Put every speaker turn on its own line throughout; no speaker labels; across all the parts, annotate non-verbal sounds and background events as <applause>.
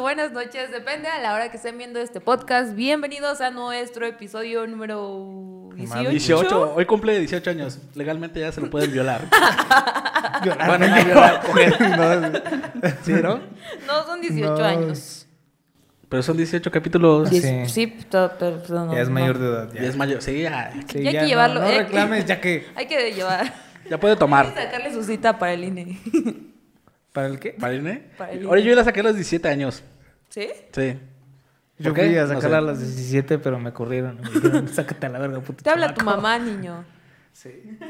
buenas noches, depende a la hora que estén viendo este podcast. Bienvenidos a nuestro episodio número 18.
18. Hoy cumple 18 años. Legalmente ya se lo pueden violar.
Violar,
bueno,
Ah, no,
no violar, coger.
<laughs> no,
Sí, ¿no?
No, son 18
No.
años.
Pero son 18 capítulos.
Sí.
Diez- Sí, to- to- to- no,
ya es
no.
mayor de edad. Ya,
Y es mayor. Sí, ya,
Sí,
Ya hay que
no-
llevarlo, eh.
No,
ya que-
reclames, ya que.
Hay que llevar.
ya
<laughs>
puede
Hay que
tomar.
sacarle su cita para el INE. <laughs>
¿Para el qué?
¿Marine?
Para el-
Oye, yo la saqué a los 17 años.
¿Sí?
Sí.
Yo
¿Por qué?
fui a
No
sacarla
sé.
a las 17, pero me corrieron. Me dijeron, <laughs> sácate a la verga, puto.
Te habla tu
chamaco".
mamá, niño.
Sí.
<laughs>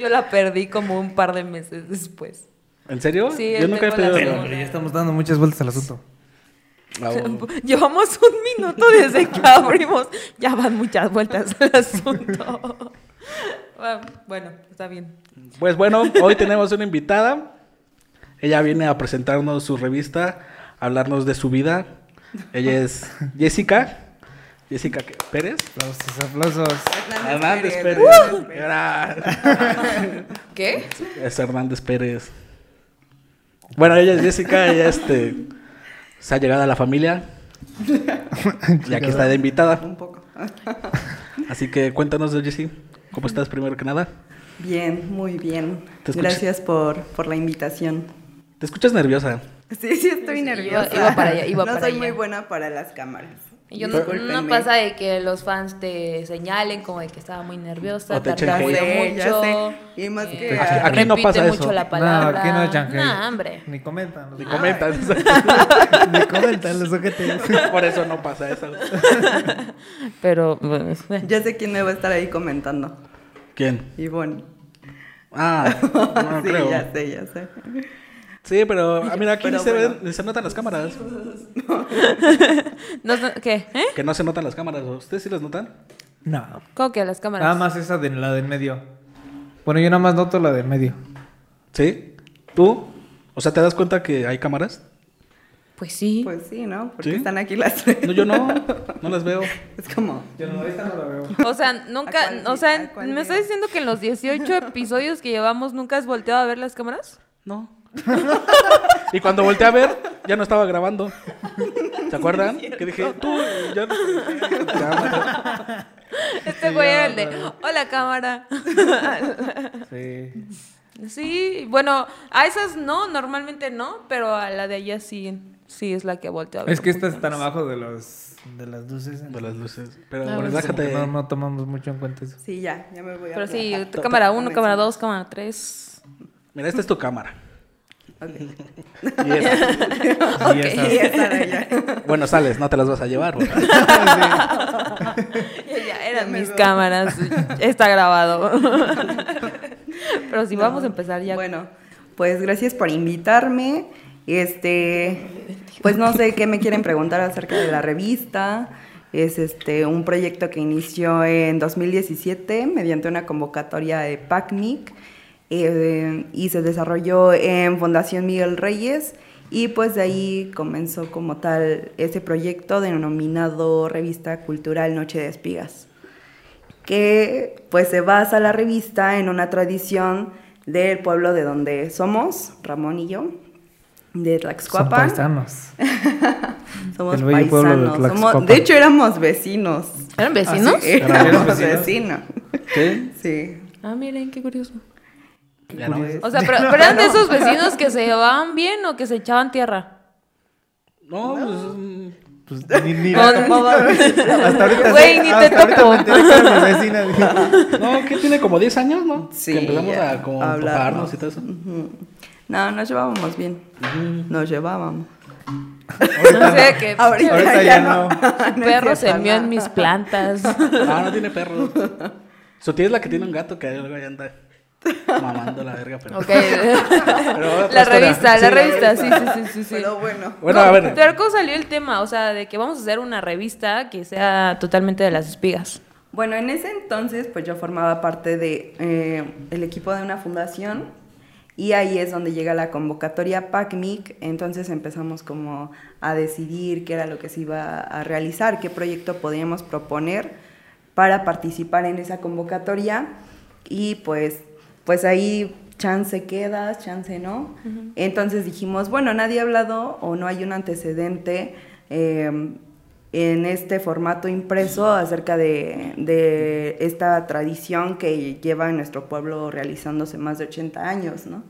Yo la perdí como un par de meses después.
¿En serio?
Sí,
yo
yo
nunca he
tengo la
pedido.
Pero, pero ya estamos dando muchas vueltas al asunto.
<laughs>
Ah, bueno.
Llevamos un minuto desde que abrimos. Ya van muchas vueltas al asunto. <laughs> Ah, Bueno, está bien.
Pues bueno, hoy tenemos una invitada. Ella viene a presentarnos su revista, a hablarnos de su vida. Ella
<laughs>
es Jessica. Jessica Pérez.
Aplausos, aplausos.
Hernández Pérez.
Uh.
Era-
¿Qué?
Es Hernández Pérez. Bueno, ella es Jessica, ella este, se ha llegado a la familia. Y aquí está de invitada. Un poco. Así que cuéntanos, Jessy, ¿cómo estás primero que nada?
<laughs> Bien, muy bien.
Te escucho.
Gracias por, por la invitación.
Te escuchas nerviosa.
Sí, sí, estoy
iba-
nerviosa.
iba para allá, iba
no
para
soy
allá.
muy buena para las cámaras.
Yo no,
Discúlpenme.
no pasa de que los fans te señalen como de que estaba muy nerviosa,
O te echen
Ya
Cuido
sé,
tartamudeó
ya
mucho.
sé. Y más
eh,
que...
Aquí-
a-
aquí no
repite
pasa
mucho
eso.
la palabra.
No, aquí no chanque.
Nah, hombre.
Ni comentan. los-
Ah.
Ni comentas.
Ni comentan los ojetes.
<laughs> Por eso no pasa eso.
<laughs> Pero pues, bueno,
Ya sé quién me va a estar ahí comentando.
¿Quién?
Ivonne.
Ah, no
<laughs> sí,
creo.
ya sé, ya sé.
Sí, pero ah, mira, aquí
Pero
ni se,
bueno.
ven, ni se notan las cámaras.
no sé- ¿qué? ¿Eh?
Que no se notan las cámaras. ¿Ustedes sí las notan?
<laughs> No.
¿Cómo que las cámaras?
Ah,
Nada más esa de la del medio. Bueno, yo nada más noto la del medio.
Sí. ¿Tú? O sea, ¿te das cuenta que hay cámaras?
Pues sí.
Pues sí, ¿no? Porque
¿Sí?
están aquí las tres.
No, yo no. No las veo.
<laughs> Es como...
Yo no, esta no la veo.
O sea,
<laughs> ¿A
nunca,
cuál
o
sí?
sea,
¿A cuál
¿me
sí?
estás diciendo que en los
<laughs>
18 episodios que llevamos nunca has volteado a ver las cámaras?
No. y cuando volteé a ver, ya no estaba grabando. ¿Se acuerdan? que dije, tú, ya no. Ya,
Este
Sí,
güey
ya,
era el de,
claro.
hola cámara.
Sí.
Sí, bueno, a esas no, normalmente no, pero a la de allá sí, sí es la que volteo a ver.
Es que
un
estas
poquito
están
más.
abajo de los de las luces.
de las luces. Pero
Ah, bueno.
relájate.
No, no tomamos mucho en cuenta eso.
Sí, ya, ya me voy a...
Pero sí,
relajar.
tú cámara
Con
1,
eso.
cámara 2, cámara 3.
Mira, esta es tu cámara.
Ok.
Y
<laughs>
esa.
Y esas-
Sí, esa de <laughs> ella.
<laughs> Bueno, sales, no te las vas a llevar. güey.
Ya eran
me
mis
veo.
cámaras, está
<laughs>
grabado. pero si vamos a empezar ya.
Bueno, pues gracias por invitarme. Este, pues no sé qué me quieren preguntar acerca de la revista. Es este un proyecto que inició en 2017 mediante una convocatoria de PACNIC eh, y se desarrolló en Fundación Miguel Reyes y pues de ahí comenzó como tal ese proyecto denominado Revista Cultural Noche de Espigas que pues se basa la revista en una tradición del pueblo de donde somos, Ramón y yo, de
Son
Tlaxcuapan.
paisanos.
Somos
El bello pueblo de
paisanos. somos-
Tlaxcuapan.
de hecho éramos vecinos.
¿Eran vecinos?
Ah, Sí, eh. éramos
Éramos
vecinos. <laughs>
¿Sí?
Sí.
Ah, miren, qué curioso.
Ya no.
O sea, pero, pero eran de esos vecinos que se llevaban bien o que se echaban tierra.
No, pues, mm,
<laughs>
Pues ni, ni la
Con- <laughs>
topaba. Hasta ahorita.
Güey,
sé-
ni
hasta
te
ahorita
topo.
me
<laughs>
enteré que era mi vecina.
no, que tiene como 10 años, ¿no?
Sí,
Que empezamos
ya,
a como
a hablar,
toparnos
¿no?
y todo eso.
Ujú. No, nos llevábamos bien. Nos llevábamos.
No sé, que
<laughs> Ahorita,
Ahorita ya
ya no.
el
<laughs> No es
perro se
cierto,
mió
no.
en mis plantas.
Ah, No, no tiene perro. Su tía es la que tiene un gato que luego ya anda mamando la verga, pero.
Ok.
otra
la
historia.
revista, la
Sí, la
revista, sí, sí, sí, sí. sí.
Pero bueno.
Bueno,
No,
a ver.
Pero ¿cómo salió el tema? O sea, de que vamos a hacer una revista que sea totalmente de las espigas.
Bueno, en ese entonces, pues yo formaba parte de eh, el equipo de una fundación y ahí es donde llega la convocatoria PACMIC. Entonces empezamos como a decidir qué era lo que se iba a realizar, qué proyecto podíamos proponer para participar en esa convocatoria y pues, pues ahí chance quedas, chance no. Entonces dijimos, bueno, nadie ha hablado o no hay un antecedente eh, en este formato impreso acerca de, de esta tradición que lleva nuestro pueblo realizándose más de 80 años, ¿no?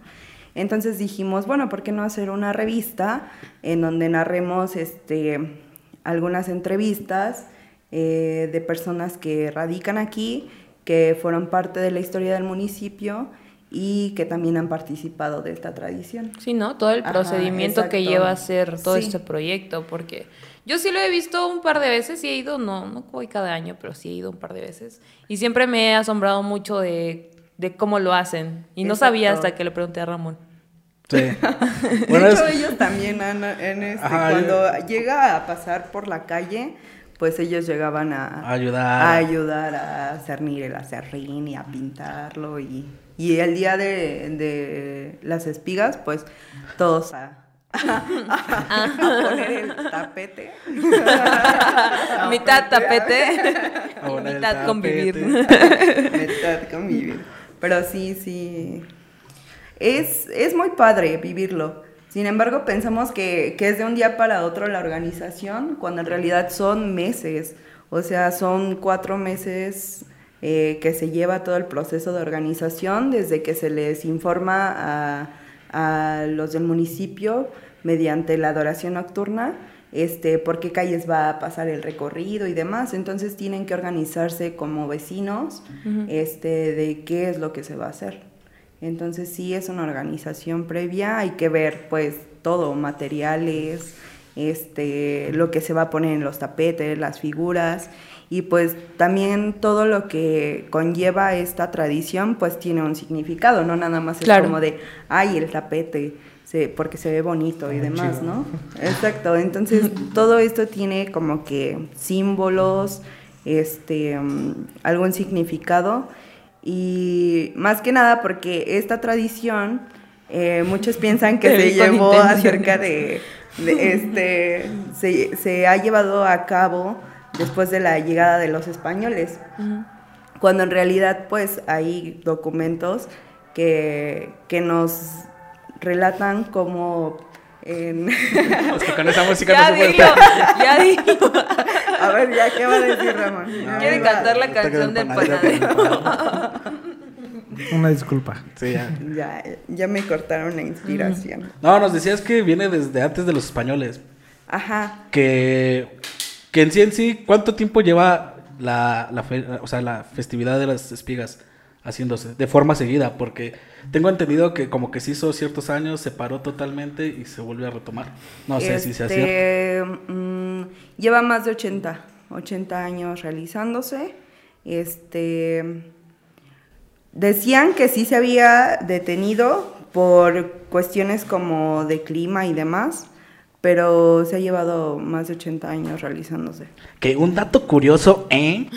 Entonces dijimos, bueno, ¿por qué no hacer una revista en donde narremos este, algunas entrevistas eh, de personas que radican aquí, que fueron parte de la historia del municipio y que también han participado de esta tradición?
Sí, ¿no? Todo el
Ajá,
procedimiento que
exacto.
lleva a hacer todo
Sí.
este proyecto, porque yo sí lo he visto un par de veces, sí he ido, no, no voy cada año, pero sí he ido un par de veces. Y siempre me he asombrado mucho de, de cómo lo hacen. Y no sabía
Exacto.
hasta que le pregunté a
<laughs>
Ramón. <laughs>
Sí.
de
es-
hecho, ellos también han- en este,
Ajá,
cuando llega a pasar por la calle, pues ellos llegaban a
Ayudar.
a, ayudar a cernir el acerrín y a pintarlo. Y, y el día de, de las espigas, pues todos a, <laughs> a poner el tapete.
<laughs> mitad
<laughs>
tapete
A
y
poner el
mitad convivir.
tapete.
<laughs> Mitad convivir. Pero sí, sí. Es, es muy padre vivirlo. Sin embargo, pensamos que, que es de un día para otro la organización, cuando en realidad son meses. O sea, son cuatro meses eh, que se lleva todo el proceso de organización, desde que se les informa a, a los del municipio mediante la adoración nocturna este, por qué calles va a pasar el recorrido y demás. Entonces tienen que organizarse como vecinos este, de qué es lo que se va a hacer. Entonces sí es una organización previa, hay que ver pues todo, materiales, este, lo que se va a poner en los tapetes, las figuras y pues también todo lo que conlleva esta tradición pues tiene un significado, no nada más es
Claro.
como de, ay, el tapete, se- porque se ve bonito y demás, ¿no? Exacto, entonces todo esto tiene como que símbolos, este, mm, algún significado y más que nada porque esta tradición, eh, muchos piensan que
Te
se
vi con
llevó
intenciones.
acerca de,
<laughs>
de, este, se, se ha llevado a cabo después de la llegada de los españoles cuando en realidad pues hay documentos que, que nos relatan cómo en... <laughs>
Es que con esa
<laughs>
música
ya
no se puede
digo,
estar.
ya digo.
a ver, ya, ¿qué va a decir Ramón?
<laughs> <laughs>
No,
Quiere
iba-
cantar la
está que
canción
el
del
<laughs> Una disculpa.
Sí, ya.
Ya, ya me cortaron la inspiración.
No, nos decías que viene desde antes de los españoles.
Ajá.
Que, que en sí en sí, ¿cuánto tiempo lleva la, la fe- o sea, la festividad de las espigas haciéndose de forma seguida? Porque tengo entendido que como que se hizo ciertos años, se paró totalmente y se volvió a retomar. No sé si sea cierto.
Este, mm, lleva más de 80, 80 años realizándose. Este, decían que sí se había detenido por cuestiones como de clima y demás, pero se ha llevado más de 80 años realizándose.
Que un dato curioso,
<laughs>
¿eh?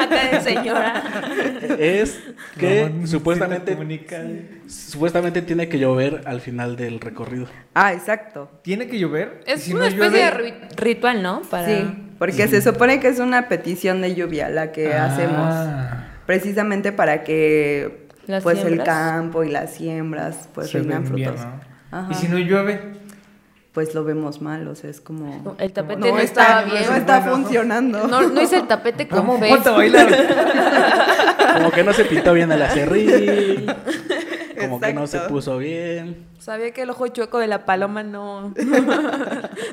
Acá de señora.
<laughs>
es que
Ramón, sí te
supuestamente,
comunica.
supuestamente tiene que llover al final del recorrido.
Ah, exacto.
Tiene que llover.
Es
Si
una
no
especie de
llueve-
ri- ritual, ¿no? Para...
Sí, porque se supone que es una petición de lluvia la que
Ah.
hacemos.
Ah,
precisamente para que
Las
pues el
siembras.
campo y las siembras pues
se ve
rindan
bien,
frutos.
¿no?
Ajá.
Y si no llueve,
Pues lo vemos mal, o sea, es como
El tapete
No,
no,
este
estaba
año
bien.
no
no
es
está
bueno, ¿no?
funcionando.
No, no hice el tapete con
Ramón,
fe.
ponte
<laughs>
a bailar.
Como que no se pintó bien el acerrín. Como que no se
Exacto.
puso bien.
Sabía que el ojo chueco de la paloma no, <laughs>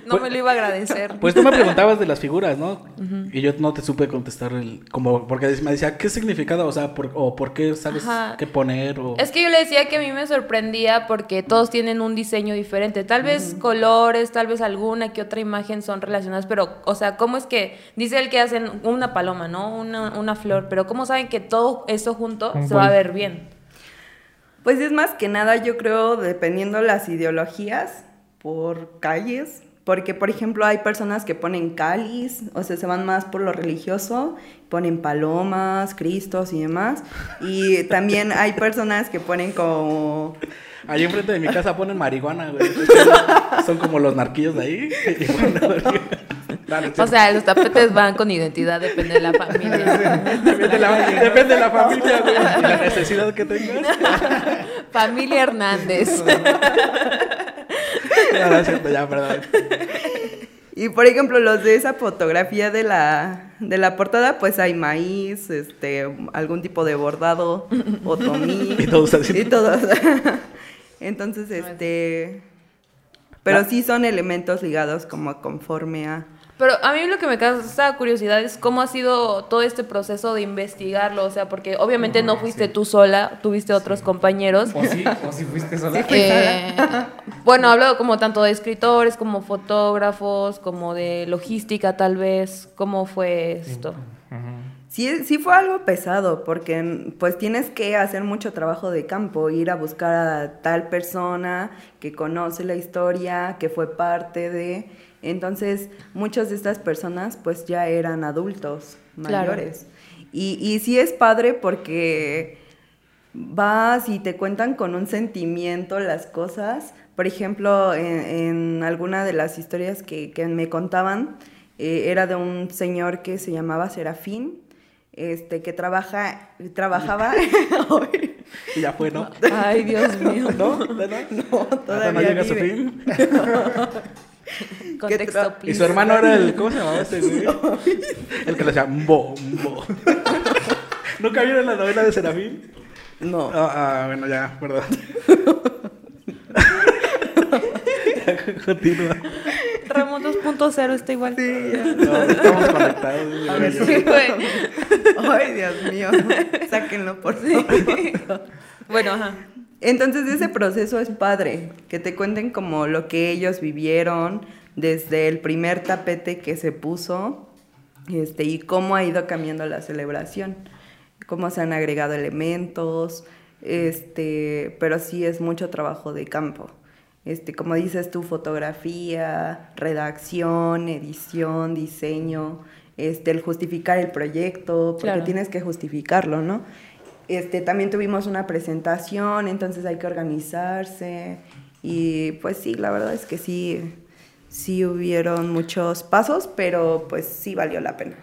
no me lo iba a agradecer.
<laughs> Pues tú me preguntabas de las figuras, ¿no? Y yo no te supe contestar el, como porque me decía, ¿qué significado? O sea, por, o por qué sabes
Ajá.
qué poner o
Es que yo le decía que a mí me sorprendía porque todos tienen un diseño diferente. Tal vez colores, tal vez alguna que otra imagen son relacionadas, pero, o sea, ¿cómo es que, dice el que hacen una paloma, ¿no? Una, una flor, pero ¿cómo saben que todo eso junto
Un
se va a
golf.
ver bien?
<laughs> Pues es más que nada, yo creo, dependiendo las ideologías por calles, porque por ejemplo hay personas que ponen cáliz, o sea, se van más por lo religioso, ponen palomas, cristos y demás, y también hay personas que ponen como
Allí enfrente de mi
<laughs>
casa ponen marihuana, güey. Son como los narquillos de ahí. Y bueno, Dale, sí.
O sea, los tapetes van con identidad, depende de la
<laughs>
familia.
Depende de la, depende de la familia, güey. Y la necesidad que tengas.
familia Hernández.
Ya, no es cierto, ya, perdón.
Y por ejemplo, los de esa fotografía de la, de la portada, pues hay maíz, este, algún tipo
<laughs>
de bordado, otomí.
Y todos así.
Y todos. <laughs> Entonces, este. Pero sí son elementos ligados como conforme a.
Pero a mí lo que me causa curiosidad es cómo ha sido todo este proceso de investigarlo, o sea, porque obviamente
Mm,
no fuiste tú sola, tuviste otros compañeros.
O sí, o si fuiste sola.
Eh, <laughs> bueno, hablo como tanto de escritores, como fotógrafos, como de logística tal vez, cómo fue esto.
Sí, sí fue algo pesado, porque pues tienes que hacer mucho trabajo de campo, ir a buscar a tal persona que conoce la historia, que fue parte de. Entonces, muchas de estas personas pues ya eran adultos
Claro.
mayores. Y, y sí es padre porque vas y te cuentan con un sentimiento las cosas. Por ejemplo, en, en alguna de las historias que, que me contaban, eh, era de un señor que se llamaba Serafín, este, que trabaja, trabajaba...
Y ya fue, ¿no?
Ay,
<laughs>
Dios mío.
Em. ¿No? ¿No?
no,
Hasta no
todavía
llega a su
vive.
fin.
Contexto,
tra-
Y
please.
su hermano era el. ¿Cómo se llamaba este, <laughs> güey? El que le decía Mbo, Mbo. <laughs> ¿Nunca vieron la novela de Serafín?
No.
Ah, ah, bueno, ya, perdón. <laughs> Ya, Continúa.
Ramón 2.0 está igual.
No, estamos conectados. güey.
A ver,
Sí, güey.
<laughs> Ay, Dios mío. Sáquenlo por favor.
Bueno, ajá.
Entonces ese proceso es padre, que te cuenten como lo que ellos vivieron desde el primer tapete que se puso este, y cómo ha ido cambiando la celebración, cómo se han agregado elementos, este, pero sí es mucho trabajo de campo. Este, como dices tú, fotografía, redacción, edición, diseño, este, el justificar el proyecto, porque
Claro.
tienes que justificarlo, ¿no? Este, también tuvimos una presentación, entonces hay que organizarse. Y pues sí, la verdad es que sí, sí hubieron muchos pasos, pero pues sí valió la pena.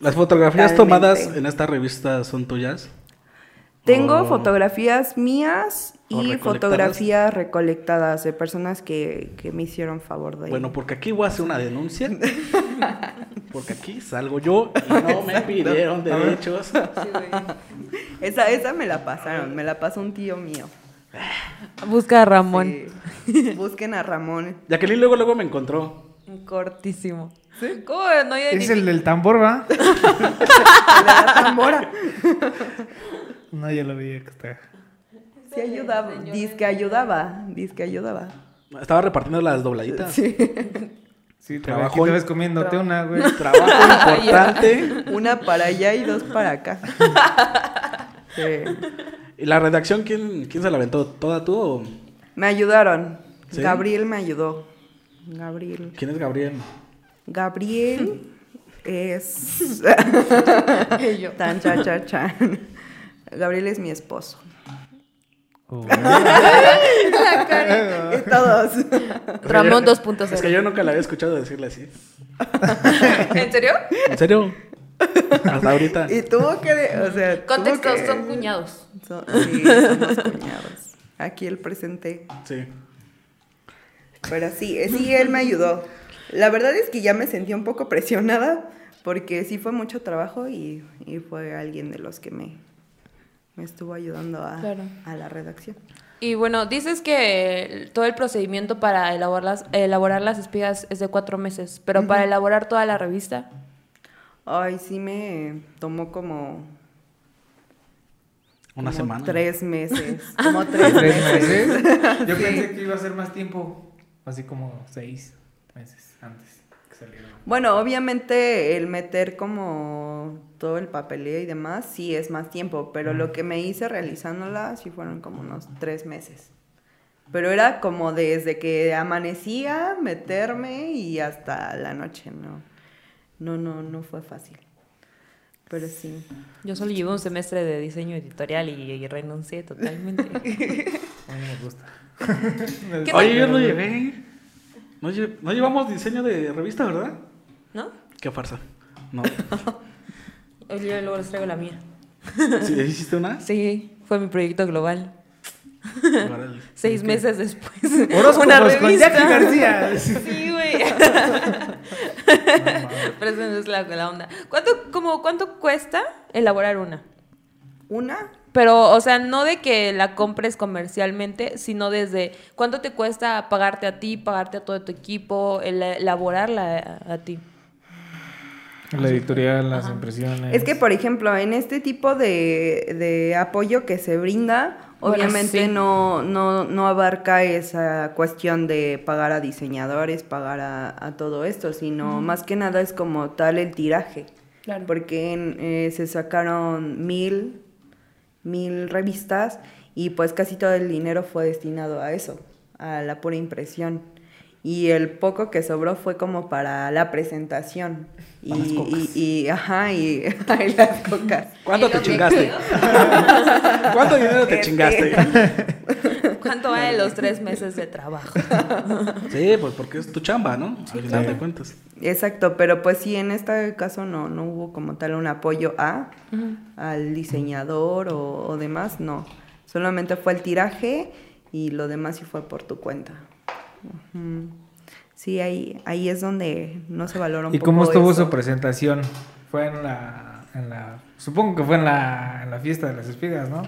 Las fotografías
Totalmente.
tomadas en esta revista son tuyas.
Tengo
Oh.
fotografías mías
¿O
y
recolectadas?
fotografías recolectadas de personas que, que me hicieron favor de
Bueno, porque aquí voy a hacer una <laughs> denuncia. Porque aquí salgo yo y no me pidieron derechos.
esa, esa me la pasaron, me la pasó un tío mío.
Busca a Ramón.
Sí. Busquen a Ramón. <laughs>
Jacqueline luego luego me encontró.
Cortísimo. ¿Cómo no hay
Es el del tambor, ¿va?
de la tambora.
No, ya lo vi. que está.
Sí ayudaba, dice que ayudaba, dice que ayudaba.
Estaba repartiendo las dobladitas.
Sí,
Trabajo
trabajo. Aquí te
en-
ves comiéndote una,
<laughs>
güey.
Trabajo importante.
Una para allá y dos para acá. Sí.
¿Y la redacción quién, quién se la aventó? ¿Toda tú o
Me ayudaron.
¿Sí?
Gabriel me ayudó. Gabriel.
quién es Gabriel?
Gabriel es. Tan cha cha chan. Gabriel es mi esposo. <laughs>
Oh.
Y todos.
Ramón
Es que
2.0.
yo nunca la había escuchado decirle así.
<laughs> ¿En serio?
¿En serio? Hasta ahorita.
Y tuvo que. de- O sea. tuvo
Contexto,
que-
son cuñados.
Son- sí, somos cuñados. Aquí el presente.
Sí.
Pero sí, eh, sí, él me ayudó. La verdad es que ya me sentí un poco presionada porque sí fue mucho trabajo y, y fue alguien de los que me, me estuvo ayudando a,
Claro.
a la redacción.
Y bueno, dices que el- todo el procedimiento para elaborar las, elaborar las espigas es de cuatro meses, pero para elaborar toda la revista,
Ay, sí me tomó como...
Una
como
semana.
Tres meses. Como tres
¿Tres
meses.
meses? Yo pensé que iba a ser más tiempo. Así como seis meses antes que saliera.
Bueno, obviamente el meter como todo el papeleo y demás sí es más tiempo, pero lo que me hice realizándola sí fueron como unos tres meses. Pero era como desde que amanecía, meterme y hasta la noche, no. No, no, no fue fácil. Pero sí.
yo solo llevo un semestre de diseño editorial y, y renuncié <laughs> totalmente.
A mí no me gusta.
¿Qué
<laughs>
Oye, yo no llevé. No, lle- no llevamos diseño de revista, ¿verdad?
¿No?
Qué farsa.
<laughs>
No.
Yo luego les traigo la mía.
¿Sí, ¿Hiciste una?
Sí, fue mi proyecto global.
Órale.
Seis
Ok.
meses después.
Horóscopos
una
con
revista.
Jackie García. <laughs>
Sí, güey. <laughs> Pero eso no es la, la onda. ¿Cuánto, como, ¿Cuánto cuesta elaborar una?
Una,
Pero, o sea, no de que la compres comercialmente, sino desde cuánto te cuesta pagarte a ti, pagarte a todo tu equipo, el- elaborarla a, a ti.
La editorial, las impresiones.
Es que, por ejemplo, en este tipo de, de apoyo que se brinda,
Bueno,
obviamente
sí.
no, no, no abarca esa cuestión de pagar a diseñadores, pagar a, a todo esto, sino más que nada es como tal el tiraje.
Claro.
Porque en- eh, se sacaron mil, mil revistas y pues casi todo el dinero fue destinado a eso, a la pura impresión. Y el poco que sobró fue como para la presentación. Y,
las cocas.
y- y- ajá, y, <laughs> ay, las cocas.
¿Cuánto
Y
te
lo que
chingaste? ¿Cuánto dinero te
Este.
chingaste?
<laughs>
<laughs>
¿Cuánto vale los tres meses de trabajo?
Sí, pues porque es tu chamba, ¿no? Al final de cuentas.
Exacto, pero pues sí, en este caso no, no hubo como tal un apoyo a al diseñador o, o demás, no. Solamente fue el tiraje y lo demás sí fue por tu cuenta. Ujú. Sí, ahí, ahí es donde no se valora un
¿Y
poco
cómo estuvo
eso.
su presentación? Fue en la, en la. Supongo que fue en la, en la fiesta de las espigas, ¿no?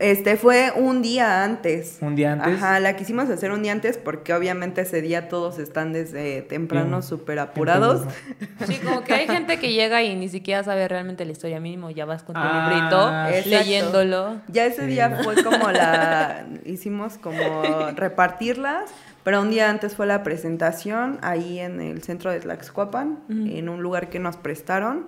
Este fue un día antes.
Un día antes.
Ajá, la quisimos hacer un día antes porque obviamente ese día todos están desde temprano
Bien.
súper apurados.
Entonces,
Sí, como que hay gente que llega y ni siquiera sabe realmente la historia mínimo, ya vas con tu
Ah,
librito
Exacto.
leyéndolo.
Ya ese día fue como la. Hicimos como repartirlas, pero un día antes fue la presentación ahí en el centro de Tlaxcoapan, en un lugar que nos prestaron.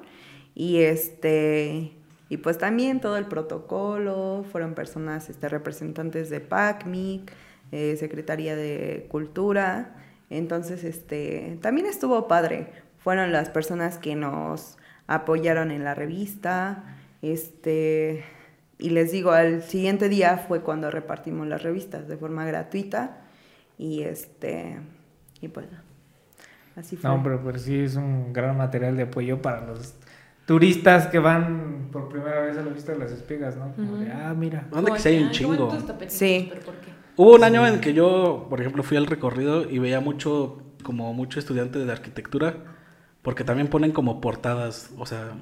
Y este. Y pues también todo el protocolo, fueron personas, este, representantes de PACMIC, eh, Secretaría de Cultura. Entonces, este, también estuvo padre. Fueron las personas que nos apoyaron en la revista, este, y les digo, al siguiente día fue cuando repartimos las revistas de forma gratuita. Y este. Y pues. Así fue.
No, pero, pero sí es un gran material de apoyo para los turistas que van por primera vez a la fiesta de las espigas, ¿no? Como de, ah, mira.
Anda que sí hay un chingo.
Sí.
Hubo un año en que yo, por ejemplo, fui al recorrido y veía mucho, como mucho estudiante de arquitectura, porque también ponen como portadas, o sea,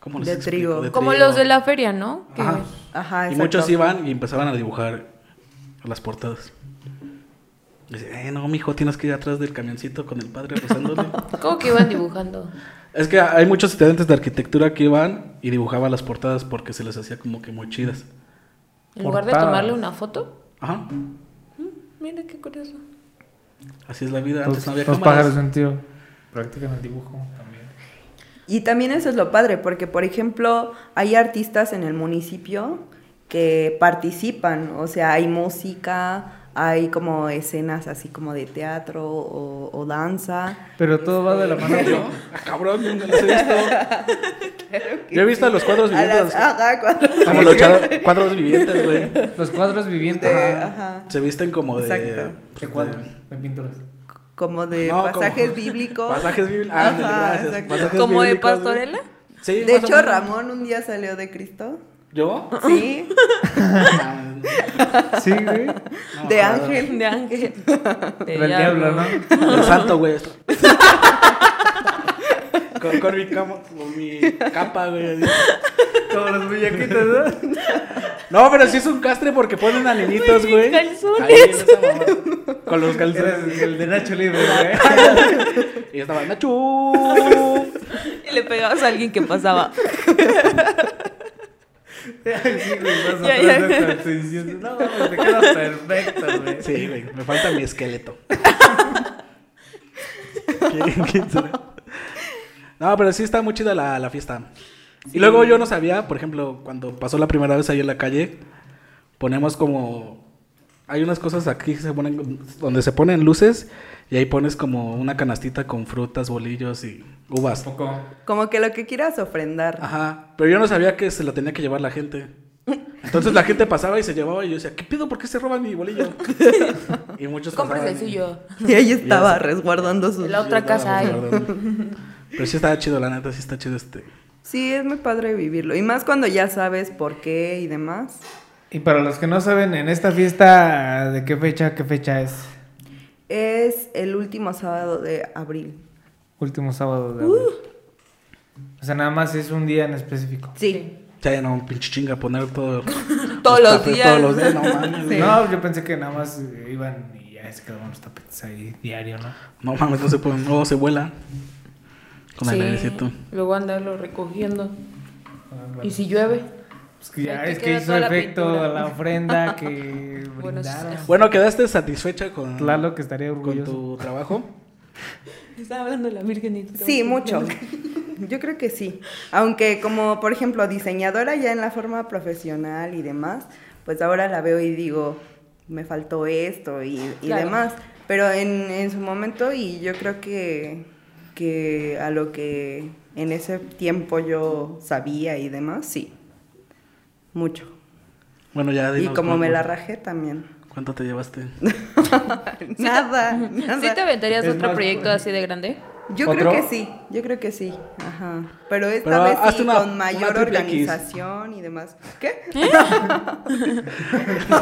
¿cómo les
De
explico?
trigo.
Como
trigo.
los de la feria, ¿no? Que-
Ajá.
Ajá,
Y
exacto.
muchos iban y empezaban a dibujar las portadas. Dice, eh, no, mijo, tienes que ir atrás del camioncito con el padre
<laughs>
rezándole.
¿Cómo que iban dibujando?
es que hay muchos estudiantes de arquitectura que iban y dibujaban las portadas porque se les hacía como que muy chidas.
En lugar de
Portadas.
tomarle una foto.
Ajá,
Mira qué curioso.
así es la vida. Antes
Los,
no había
los
cámaras.
pájaros de un tío practican el dibujo también.
Y también eso es lo padre, porque por ejemplo, hay artistas en el municipio que participan, o sea, hay música, hay como escenas así como de teatro o, o danza. Este,
Pero todo va de la mano.
Yo, ah, cabrón, nunca los he visto. Yo he visto a los cuadros
<laughs> A las-
vivientes.
ah.
<laughs>
ajá, cuando-
Como los char- cuadros vivientes, güey.
Los cuadros vivientes
de-
ajá,
ajá,
Se visten como de.
Exacto.
pues,
de
de-
cuadros, de pinturas.
como de
No, como-
pasajes bíblicos.
Pasajes bíblicos.
Ajá,
Ah, gracias.
exacto.
Pasajes
¿Como de
bíblicos,
pastorela?
güey. Sí,
De
más o
hecho,
menos.
Ramón un día salió de Cristo.
¿Yo?
<laughs> Sí,
Sí, güey.
No,
de
claro.
ángel.
De ángel. De
Del diablo, ¿no?
El santo, güey. con, con mi cama, con mi capa, güey.
Como los muñequitos, ¿no?
No, pero sí es un castre porque ponen a niñitos,
Güey,
güey.
calzones.
ahí en esa mamá. Con los
Era
calzones.
el de Nacho Libre, güey. <laughs>
Y yo estaba, Nacho.
Y le pegabas a alguien que pasaba.
Sí, güey, vas
Ya, ya.
atrás de esta exhibición. No, mames, te queda perfecto, güey.
Sí, güey, me falta mi esqueleto. ¿Quién- quién será? No, pero sí está muy chida la, la fiesta. Y luego yo no sabía, por ejemplo, cuando pasó la primera vez ahí en la calle, ponemos como... Hay unas cosas aquí que se ponen, donde se ponen luces y ahí pones como una canastita con frutas, bolillos y uvas.
Tampoco.
Como que lo que quieras ofrendar.
Ah, Ajá, pero yo no sabía que se la tenía que llevar la gente. Entonces la gente pasaba y se llevaba y yo decía, ¿qué pido? ¿Por qué se roban mi
<laughs>
bolillo? y
<laughs>
muchos
Compres el
pasaban y-
suyo.
Y ahí estaba resguardando sus...
La otra
yo
casa hay.
estaba resguardando. Pero sí está chido, la neta, sí está chido este.
Sí, es muy padre vivirlo. Y más cuando ya sabes por qué y demás.
Y para los que no saben, en esta fiesta, ¿de qué fecha, qué fecha es?
Es el último sábado de abril.
Último sábado de abril.
Uh.
O sea, nada más es un día en específico.
Sí.
O sea, ya no, pinche chinga, poner
<laughs>
todo.
Todos los
tapetes
días.
Todos los días, no
<laughs>
mames. güey.
No, yo pensé que nada más eh, iban y ya se quedaban los tapetes ahí diario, ¿no? Ah,
No mames, no se, puede, no se vuela. Con el airecito.
Luego andarlo recogiendo. Y si llueve.
Pues que ya
Ahí te
es que
queda
hizo
toda la
efecto la,
pintura.
ofrenda que
<laughs> Bueno, eso
brindaron.
Bueno, ¿quedaste satisfecha con,
Claro que estaría
con
orgulloso.
tu trabajo?
Estaba hablando de la Virgen y todo.
Sí,
<laughs>
mucho. <laughs> Yo creo que sí. Aunque como, por ejemplo, diseñadora ya en la forma profesional y demás, pues ahora la veo y digo, me faltó esto y, y
Claro.
demás. Pero en, en su momento y yo creo que, que a lo que en ese tiempo yo sabía y demás, sí. Mucho.
Bueno, ya
Y
dinos
como
cuánto-
me la rajé también.
¿Cuánto te llevaste?
nada,
<laughs> ¿Sí
nada.
te aventarías
Es
otro
más,
proyecto
pues,
así de grande?
Yo
¿Otro?
creo que sí, yo creo que sí. Ajá. Pero esta
Pero
vez
hazte
sí,
una-
con mayor
una triple X.
organización y demás. ¿Qué?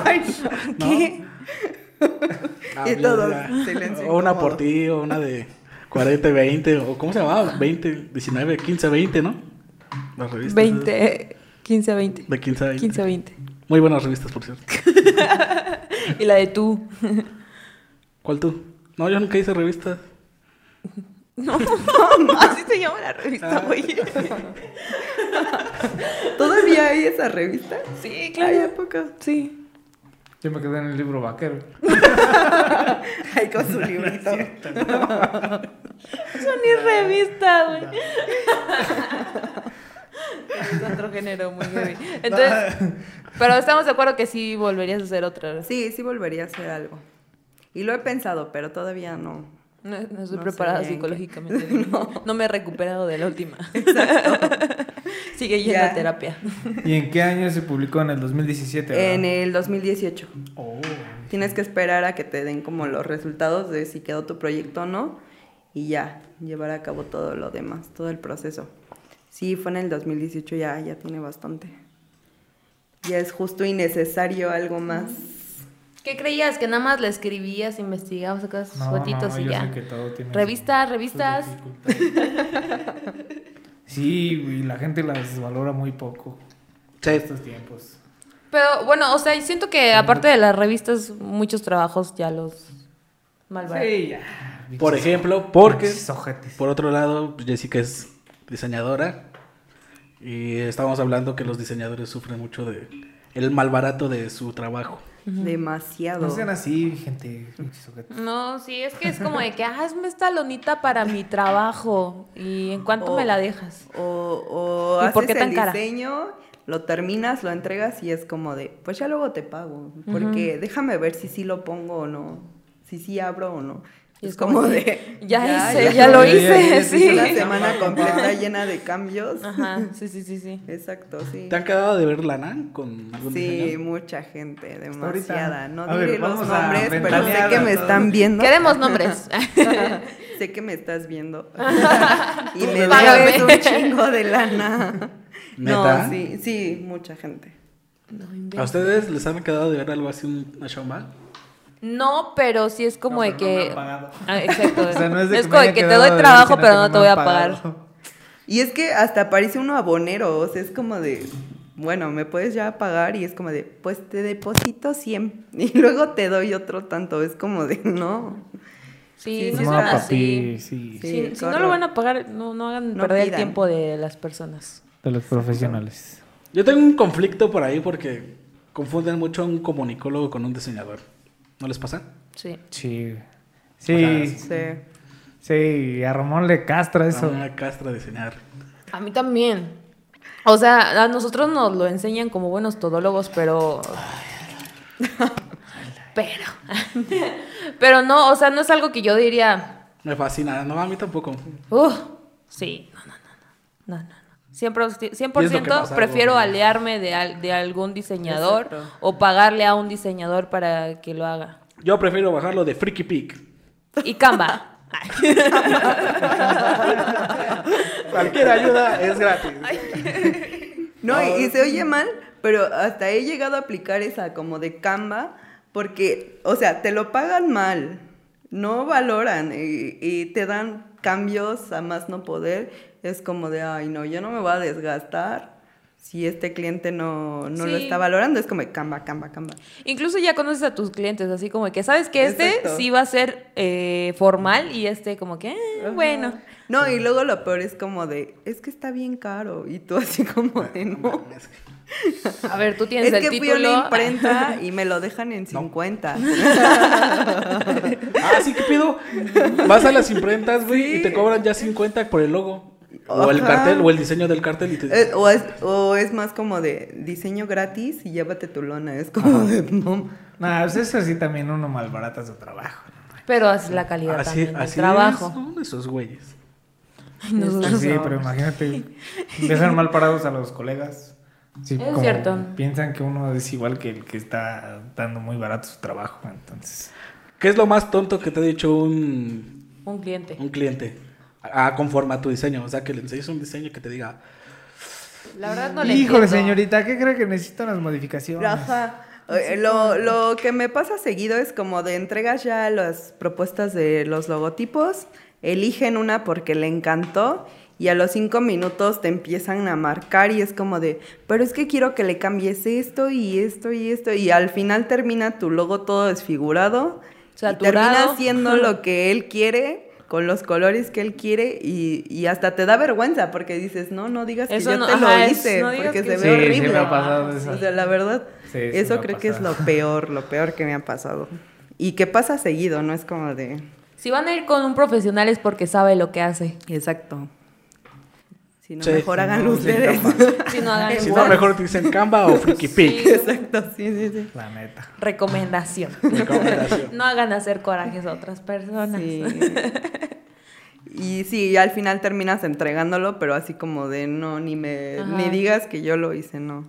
Ay, no, ¿Qué? <laughs>
Ah,
y
ya,
todo,
ya.
silencio
O una
incómodo.
por ti, o una de 40 y 20, o ¿cómo se llamaba? 20, 19, 15, 20, ¿no? Las revistas.
20, 15 a 20.
De 15 a 20.
15 a 20.
Muy buenas revistas, por cierto.
Y la de tú.
¿Cuál tú? No, yo nunca hice revistas.
Así se llama la
Ah.
revista, güey. ¿Todavía hay esa revista?
Sí,
Ay, ¿a poco?
Sí.
Yo me quedé en el libro vaquero.
Ay, con su librito.
Eso ni revista, güey. Es otro género muy heavy. Entonces, pero estamos de acuerdo que sí volverías a hacer otra.
Sí, sí volvería a hacer algo. Y lo he pensado, pero todavía no.
No, no estoy
No
preparada
sé en
<laughs>
qué.
psicológicamente. No. no me he recuperado de la última. <laughs> Sigue yendo
Ya.
a terapia.
<laughs> ¿Y en qué año se publicó? En el 2017, ¿verdad?
En el 2018.
Oh.
Tienes que esperar a que te den como los resultados de si quedó tu proyecto o no y ya, llevar a cabo todo lo demás, todo el proceso. Sí, fue en el 2018, ya, ya tiene bastante. Ya es justo y necesario algo más.
¿Qué creías? Que nada más le escribías, investigabas, sacabas sus
No,
fotitos
no,
y
yo
ya.
sé que todo tiene
Revistas,
su-
revistas.
sus dificultades. sí, y la gente las valora muy poco en
Sí.
estos tiempos.
Pero bueno, o sea, siento que aparte de las revistas, muchos trabajos ya los malbaratan.
Sí, ya.
Por ejemplo, porque
Pinches ojetes.
Por otro lado, pues, Jessica es diseñadora y estábamos hablando que los diseñadores sufren mucho de el malbarato de su trabajo.
Demasiado.
No sean así, gente. pinches ojetes.
No, sí, es que es como de que hazme esta lonita para mi trabajo y en cuánto
Oh.
me la dejas.
O, o
¿Y
haces
por qué tan
el
cara?
diseño, lo terminas, lo entregas y es como de, pues ya luego te pago, porque déjame ver si sí lo pongo o no, si sí abro o no.
Y
es como de,
<laughs> ya, hice, ya, lo
ya, ya, ya
hice,
hice
sí.
Una
<laughs>
semana completa llena de cambios.
Ajá, sí, sí, sí, sí.
Exacto, sí.
¿Te han quedado de ver lana con algún
Sí,
diseñador?
mucha gente,
ahorita.
demasiada. No
A ver,
diré los
vamos a
nombres, pero sé
ventanear
que
a
me
todos.
están viendo.
<laughs>
Queremos nombres.
<laughs> sé que me
<laughs>
estás viendo. y
me
me
debes.
debes un chingo de lana.
¿Neta?
No, sí, sí, mucha gente.
No,
¿A
inventes.
ustedes les han quedado de ver algo así, un- una chamba?
No, pero sí es como
No,
de
pero no me
que.
han pagado. <laughs>
Ah, exacto.
O sea, no es de que me
como de
haya
que te
quedado de
doy
ver,
trabajo,
sino
pero
que
no
me
te voy a
han
pagar.
pagado.
Y es que hasta parece uno abonero, o sea, es como de, bueno, me puedes ya pagar y es como de, pues te deposito 100 <laughs> y luego te doy otro tanto, es como de, no.
Sí,
Sí,
no
sí,
es
No,
está
así.
papi, sí.
Sí.
Si, si
qué
no lo
horror.
van a pagar, no, no hagan
No
perder
pidan.
el tiempo de las personas.
De los profesionales.
Yo tengo un conflicto por ahí porque confunden mucho a un comunicólogo con un diseñador. ¿No les pasa?
Sí.
Sí.
sea,
Sí,
Sí.
sí, y a Ramón le castra eso.
Una castra diseñar.
A mí también. O sea, a nosotros nos lo enseñan como buenos todólogos, pero. <laughs> pero. <laughs> pero no, o sea, no es algo que yo diría.
Me fascina. No, a mí tampoco.
Uh, sí, no, no, no, no. No, no, no. Siempre- 100%
pasa
prefiero
algo.
alearme de, al- de algún diseñador
Exacto.
o pagarle a un diseñador para que lo haga.
Yo prefiero bajarlo de
<laughs>
Freaky Peak.
Y
<laughs>
Canva.
Cualquier ayuda es gratis.
No, y, y se oye mal, pero hasta he llegado a aplicar esa como de Canva, porque, o sea, te lo pagan mal, no valoran y, y te dan cambios a más no poder. Es como de, ay, no, yo no me voy a desgastar si este cliente no, no lo
Sí.
está valorando. Es como de Canva, Canva, Canva.
Incluso ya conoces a tus clientes, así como que sabes que este
Exacto.
sí va a ser eh, formal y este como que, eh, bueno.
No, y luego lo peor es como de, es que está bien caro. Y tú así como de, no.
A ver, tú tienes
Es
el
que fui
título.
a la imprenta y me lo dejan en 50.
Ah, sí, ¿qué pido? Vas a las imprentas, güey, y te cobran ya 50 por el logo. O el
Ajá.
cartel, o el diseño del cartel. Y te...
Eh,
oh,
o, es, o es más como de diseño gratis y llévate tu lona. Es como de. "Mom".
Nah, pues eso sí también uno malbarata su trabajo.
Pero así la calidad
así
también del
así
trabajo.
es, son esos güeyes.
Ay, nosotros
Sí,
no.
pero imagínate, dejan mal parados a los colegas. Sí,
Es
como
cierto.
Piensan que uno es igual que el que está dando muy barato su trabajo, entonces.
¿Qué es lo más tonto que te ha dicho un,
Un cliente.
un cliente? Ah, conforme a tu diseño. O sea, que le enseñes un diseño que te diga,
La verdad no le
Híjole,
entiendo.
señorita, ¿qué cree que necesitan las modificaciones?
Ajá. Eh, Lo, lo que me pasa seguido es como de entregas ya las propuestas de los logotipos, eligen una porque le encantó y a los cinco minutos te empiezan a marcar y es como de, pero es que quiero que le cambies esto y esto y esto y al final termina tu logo todo desfigurado y
Saturado.
termina siendo lo que él quiere con los colores que él quiere y, y hasta te da vergüenza porque dices, no, no digas
Eso
que yo
no-
te lo
ajá, es-
hice
no digas
porque
que
se ve
yo-
Sí, sí
horrible.
me ha pasado eso.
O sea, la verdad,
Sí, sí me
eso
ha
creo que es lo
pasado.
peor, lo peor que me ha pasado. Y que pasa seguido, no es como de...
Si van a ir con un profesional es porque sabe lo que hace.
Exacto. Si no,
Sí,
mejor
si
háganlo
no, sí,
ustedes.
Si no hagan
<laughs> Ah, si
el
no,
Word.
mejor te dicen Canva o
<laughs>
Freaky Peak.
Sí.
<laughs> Exacto, sí, sí, sí.
La neta.
Recomendación.
Recomendación.
<laughs> no hagan hacer corajes a otras personas.
<laughs>
Sí. Y sí, al final terminas entregándolo, pero así como de no, ni me
Ajá.
ni digas que yo lo hice, no.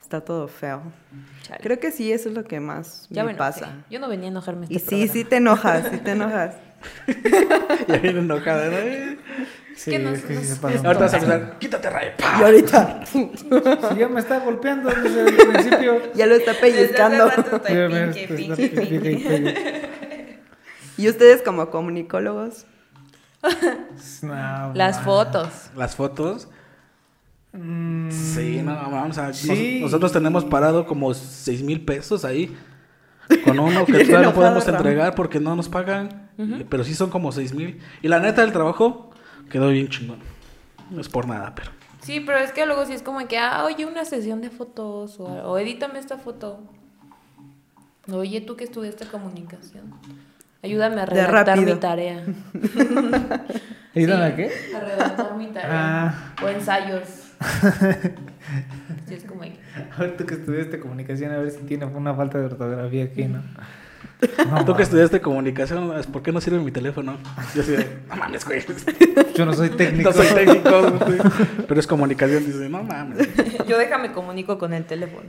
Está todo feo.
<laughs> Chale.
Creo que sí, eso es lo que más
ya
me
enojé.
pasa.
Yo no venía a enojarme. este
este
Y sí, sí te enojas, sí te enojas.
Ya viene enojada, ¿no?
Sí,
que nos-
es que sí
nos-
se pasa un
Ahorita vas a
montón.
empezar, quítate, Ray. ¡Pah!
Y ahorita
Sí, ya me está golpeando
<laughs>
desde el principio.
ya lo
<laughs>
está pellizcando.
Ya me está- está-
<laughs> ¿Y ustedes como comunicólogos?
No,
Las
man.
fotos.
<laughs> Las fotos.
Mm,
Sí, no, vamos a.
Sí.
nos- nosotros tenemos parado como 6 mil pesos ahí. Con uno que todavía no
enojado,
podemos
Ramón.
entregar porque no nos pagan. Eh, Pero sí son como 6 mil. Y la neta del trabajo quedó bien chingón. No es por nada, pero.
Sí, pero es que luego sí es como que, ah, oye, una sesión de fotos o, o edítame esta foto. Oye, tú que estudiaste comunicación, ayúdame a
De
redactar mi
rápido.
tarea.
¿Y dónde
Sí,
qué?
A redactar mi tarea.
Ah.
O ensayos. <laughs> Sí, es como que-
<laughs> Ahorita que estudiaste comunicación, a ver si tiene una falta de ortografía aquí, ¿no?
Tú que estudiaste comunicación, ¿por qué no sirve mi teléfono? Yo así de, no mames, güey. <laughs>
Yo no soy técnico. <laughs>
No soy técnico, güey. Pero es comunicación. Dice, no mames.
<laughs> Yo déjame comunico con el teléfono.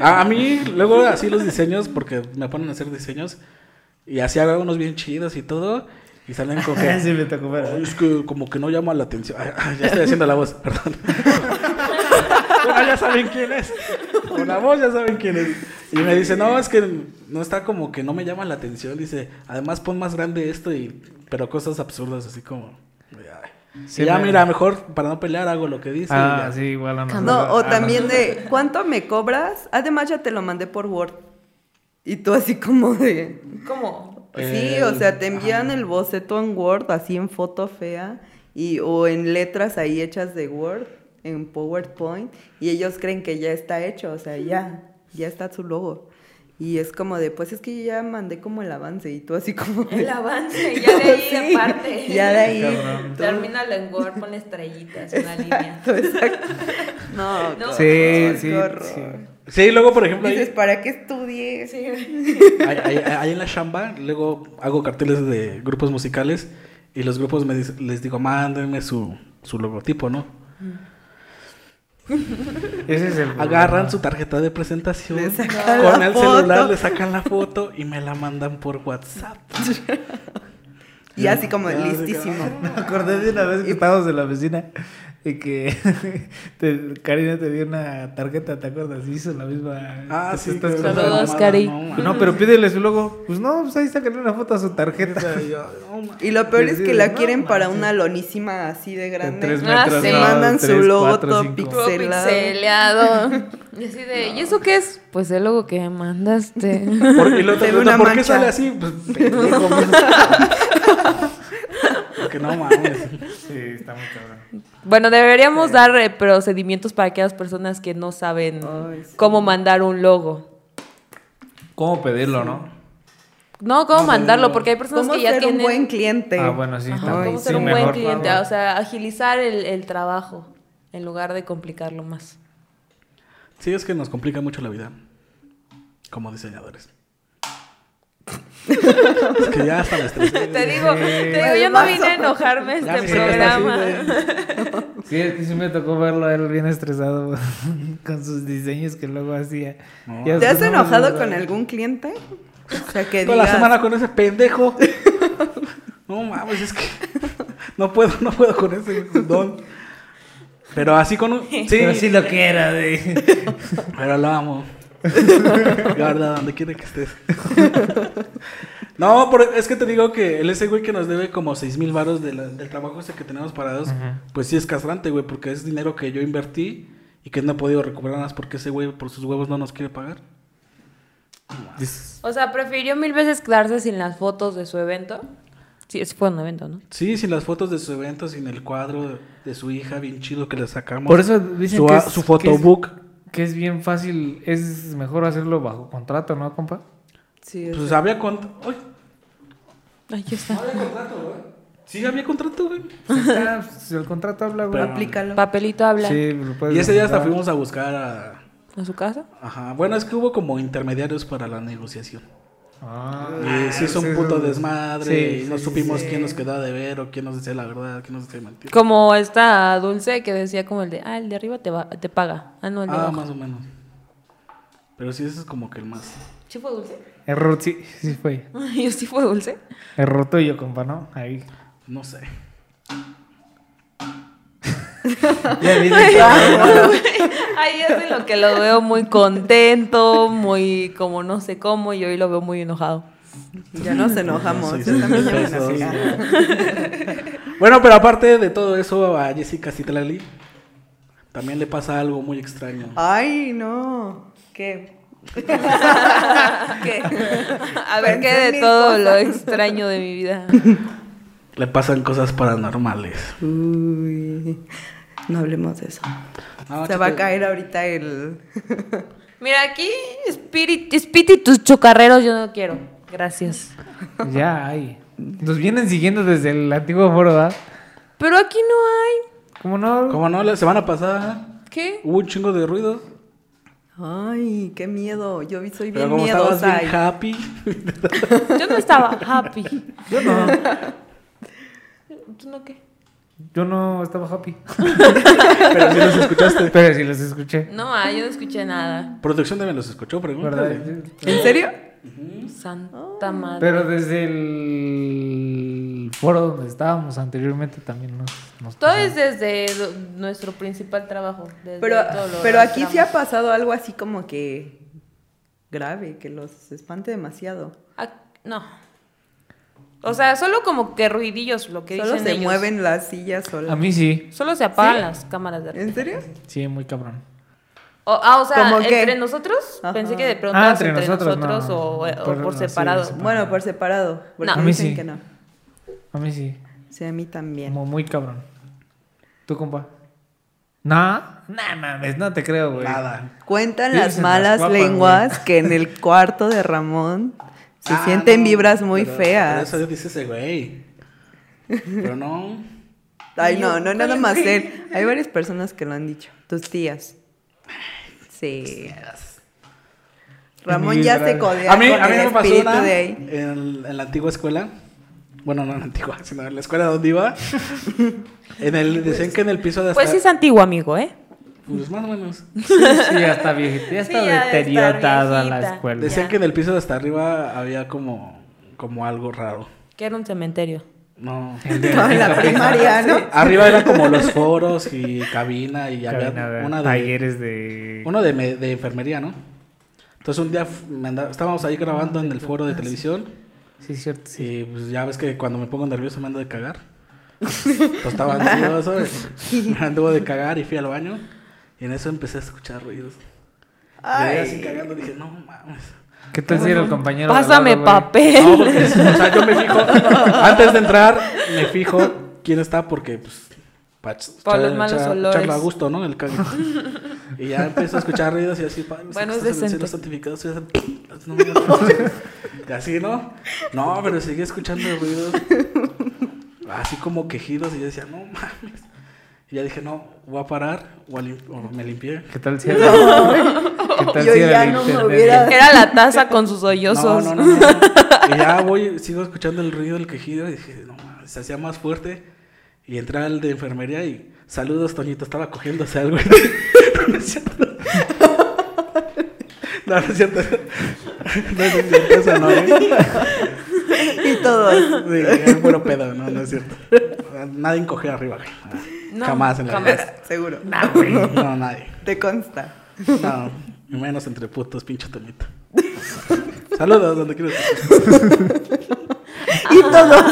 A, a mí, luego así los diseños, porque me ponen a hacer diseños. Y así hago unos bien chidos y todo. Y salen con que.
<laughs> sí, me tocó ver.
Ay, Es que como que no llama la atención. Ay, ay, ya estoy haciendo la voz,
<laughs>
perdón.
Ah,
Bueno, ya saben quién es. Con la voz ya saben quién es. Y me dice, no, es que no está como que no me llama la atención. Dice, además pon más grande esto y... Pero cosas absurdas, así como... ay.
Sí,
Y ya
me-
mira, mejor para no pelear hago lo que dice. y
Ah,
ya.
sí, igual a nosotros. Ah,
No,
A
o
nos-
también de ¿cuánto me cobras? Además ya te lo mandé por Word. Y tú así como de pues
¿Cómo?
Sí, o sea, te
ah.
envían el boceto en Word, así en foto fea y o en letras ahí hechas de Word, en PowerPoint y ellos creen que ya está hecho, o sea, ya, ya está su logo. Y es como de, pues es que yo ya mandé como el avance y tú así <laughs> como de-
El avance, ya de ahí
<laughs> Sí,
aparte.
Ya de ahí.
Cabrón.
tú-
Termínalo en Word, pon estrellitas, una línea.
Exacto, <laughs> exacto. No,
No.
Sí,
qué
sí,
horror.
sí.
Sí, luego, por ejemplo,
Dices,
ahí,
¿para qué estudié?
ahí- ahí- ahí en la chamba, luego hago carteles de grupos musicales y los grupos me dic- les digo, mándenme su, su logotipo, ¿no?
Ese es el problema.
Agarran su tarjeta de presentación,
Le
con
sacan la
el
foto.
celular le sacan la foto y me la mandan por WhatsApp.
Y así como
Ya, así que-
listísimo.
<laughs> Me acordé de una vez que estábamos en la vecina y que <laughs> te, Karina te dio una tarjeta, ¿te acuerdas? Y hizo la misma.
Ah,
que tú
sí.
estás
que-
Saludos,
contando.
mamada,
Cari.
no, man.
No, pero pídele su logo. Pues no, pues ahí sacan una foto a
<laughs>
su tarjeta. <laughs>
Neta, yo, no, man.
Y lo peor es que la
No,
quieren para
manches.
una lonísima así de
De
grande.
tres
Ah,
metros.
sí.
Te
no,
mandan su logo todo
Todo
pixelado.
pixeleado.
<laughs>
Y así de, ¿y eso qué es? Pues el logo que
<laughs>
mandaste.
<laughs> ¿Por, y luego te
Se
preguntan,
ve una
¿por qué
mancha.
sale así? Pues pendejo. <laughs> pues. Porque no mames.
Sí, está muy cabrón.
bueno, deberíamos dar eh, procedimientos para aquellas personas que no saben
Ay, sí.
cómo mandar un logo.
¿Cómo pedirlo, no?
No, cómo
No,
mandarlo,
no.
porque hay personas
¿Cómo
que ya
ser
tienen...
un buen cliente?
Ah, bueno, sí,
Ajá,
también.
cómo
sí,
ser un
mejor,
buen cliente,
claro.
o sea, agilizar el, el trabajo en lugar de complicarlo más.
Sí, es que nos complica mucho la vida como diseñadores. es que ya hasta me estresé.
<laughs> Te digo, te digo, yo no vine a enojarme a
Ya me
este
siento así,
programa.
güey.
Sí, es que sí me tocó verlo a él bien estresado <laughs> con sus diseños que luego hacía.
No.
Ya
¿Te has
después no me
enojado
acordaba.
con algún cliente? O sea, que
Toda la
digas,
semana con ese pendejo. No mames, es que no puedo, no puedo con ese don. Pero así con un... Sí,
Pero sí lo que
<laughs>
era, de... <laughs>
Pero lo amo. Guarda, donde quiera que
<laughs>
estés. no, pero es que te digo que el ese güey que nos debe como 6 mil varos de la- del trabajo ese que tenemos parados, pues sí es castrante, güey, porque es dinero que yo invertí y que no he podido recuperar más porque ese güey por sus huevos no nos quiere pagar.
O sea, prefirió mil veces quedarse sin las fotos de su evento. Sí, ese fue un evento, ¿no?
Sí, sin las fotos de su evento, sin el cuadro de su hija bien chido que le sacamos.
Por eso dicen
su,
que
a-
es-
su
que es-
photobook.
Que es bien fácil, es mejor hacerlo bajo contrato, ¿no,
<laughs>
compa?
Sí, es-
Pues había contrato.
Ahí está.
había contrato, güey. Sí, había contrato, güey.
Ah, pues, el contrato habla, güey.
Pero-
aplícalo.
Papelito habla
Sí, lo puedes
Y ese día hasta
demandar.
fuimos a buscar a.
a su casa.
Ajá, bueno, es que hubo como intermediarios para la negociación.
Ah,
Y se hizo un
sí,
puto
eso-
desmadre,
Sí,
y no
sí,
supimos quién nos quedaba de ver o quién nos decía la verdad, quién nos decía mentira.
Como esta dulce que decía como el de, ah, el de arriba te, va- te paga. Ah, no, el de
Ah,
abajo.
más o menos. Pero sí, ese es como que el más.
¿Sí fue dulce? <laughs>
Error, sí, sí fue.
Yo sí fue dulce.
Error tuyo, compa, ¿no? Ahí.
No sé.
<laughs> Ya vi que-
Ahí es en lo que lo veo muy contento, muy como no sé cómo, y hoy lo veo muy enojado.
Ya nos enojamos.
Sí, sí,
Yo
sí,
también ya me
sí, sí,
enojé.
sí. Bueno, pero aparte de todo eso, a Jessica Citlali también le pasa algo muy extraño.
Ah. Ay, no.
<laughs>
¿Qué?
¿Qué? A ver qué
Pensé en
de
mil
todo lo
cosas.
extraño de mi vida.
Le pasan cosas paranormales.
Uy. No hablemos de eso.
No,
Se va a
chica,
caer ahorita el.
Mira, aquí espíritu- espíritus chocarreros yo no quiero. Gracias.
Ya, ahí. Nos vienen siguiendo desde el antiguo foro, ¿verdad?
Pero aquí no
¿Cómo no?
Como no, la semana pasada
hay. ¿Qué?
hubo un chingo de ruido.
Ay, qué miedo. Yo vi- soy
Pero
bien
como estabas
miedosa.
bien happy.
Yo no estaba happy.
Yo no.
¿Tú no qué?
Yo no estaba
<laughs>
happy.
Pero sí los escuchaste.
Pero sí los escuché.
No, ah, yo no escuché nada.
Producción también los escuchó,
¿Verdad?
pregúntale.
¿En serio?
Santa madre.
Pero desde el foro donde estábamos anteriormente también nos, nos
Todo
pasaron.
es desde do- nuestro principal trabajo. desde
Pero,
todo lo
pero
de
aquí
trama.
sí ha pasado algo así como que grave, que los espante demasiado.
Ah, No. O sea, solo como que ruidillos lo que
Solo
dicen
se
ellos.
mueven las sillas solas.
A mí sí.
Solo se apagan las cámaras de
¿En serio?
Sí, muy cabrón.
O- ah, o sea,
¿Cómo qué?
entre nosotros.
Ajá.
Pensé que de pronto
Ah, entre
entre,
nosotros,
nosotros,
no.
o, o
Por-
por
no, sí,
separado.
sí.
Bueno, por separado. Porque
No.
no.
A
mí
dicen
sí.
que no.
A mí sí.
Sí, a mí también.
Como muy cabrón. ¿Tú, compa? ¿No? Nah, mames, no te creo, güey.
Nada.
Cuentan
Dicen
las
las
malas
guapas,
lenguas que en el cuarto de Ramón se
Ah,
sienten
no,
vibras muy
pero- Pero
feas.
eso dice ese güey. Pero
<laughs>
no.
Ay, no, no
<laughs>
nada más él. Hay varias personas que lo han dicho. Tus tías. Sí. Ramón ya se
Vibras.
codea
A mí,
con
a mí
el
me pasó
espíritu
una
de ahí.
en, en la antigua escuela. Bueno, no en Antigua, <laughs> sino en la escuela donde iba. en el, decían que en el piso de hasta...
Pues sí es antiguo, amigo, ¿eh?
Pues más o menos.
Sí, ya está viejita, ya está
Sí, ya está
deteriorada la
viejita.
escuela.
Decían
Ya.
que en el piso de hasta arriba había como, como algo raro.
Que era un cementerio.
No. <laughs>
Toda la primaria, Ah, ¿no?
Arriba eran como los foros y cabina y había
Cabina de
una de,
talleres de...
uno de, me- de enfermería, ¿no? Entonces un día f- me andaba- estábamos ahí grabando en el foro de televisión
Sí, es cierto, sí.
y pues ya ves que cuando me pongo nervioso me ando de cagar. Pues estaba nervioso, me anduvo de cagar y fui al baño y en eso empecé a escuchar ruidos. Y yo así cagando dije, no mames.
¿Qué tal si era el compañero?
Pásame
de lado, güey?
papel.
No, porque, o sea, yo me fijo,
<laughs>
antes de entrar, me fijo quién está porque, pues, para
Pa' los malos olores.
a gusto, ¿no? El
<laughs>
cague. Y ya empiezo a escuchar ruidos y así, Padre,
Bueno,
nuestro
es
que estás en el
decente.
cielo santificado sea santo- <laughs> No, no, no. Y así, ¿no? No, pero seguí escuchando ruidos, así como quejidos, y yo decía, no mames. Y ya dije, no, voy a parar, o, a lim- o me limpié.
¿Qué tal si era? ¿Qué tal
Yo
si era
ya
el
no me
internet?
<laughs>
hubiera-
Era la taza con sus sollozos.
No, no, no, no, no. Y ya voy, sigo escuchando el ruido del quejido y dije, no, mames, se hacía más fuerte. Y entré al de enfermería y, saludos, Toñito, estaba cogiéndose algo. <laughs> no es cierto. <laughs> No, no es cierto. <laughs> No es cierto eso, no, ¿eh?
Y todo.
Sí, es puro pedo, no, no es cierto. Nadie coge arriba, güey. Ah,
No,
jamás en la
jamás.
vida. <laughs>
Seguro.
No, nadie.
Te consta.
No, y menos entre putos, pinche <laughs> Toñito. Saludos, donde quiero
Y todos,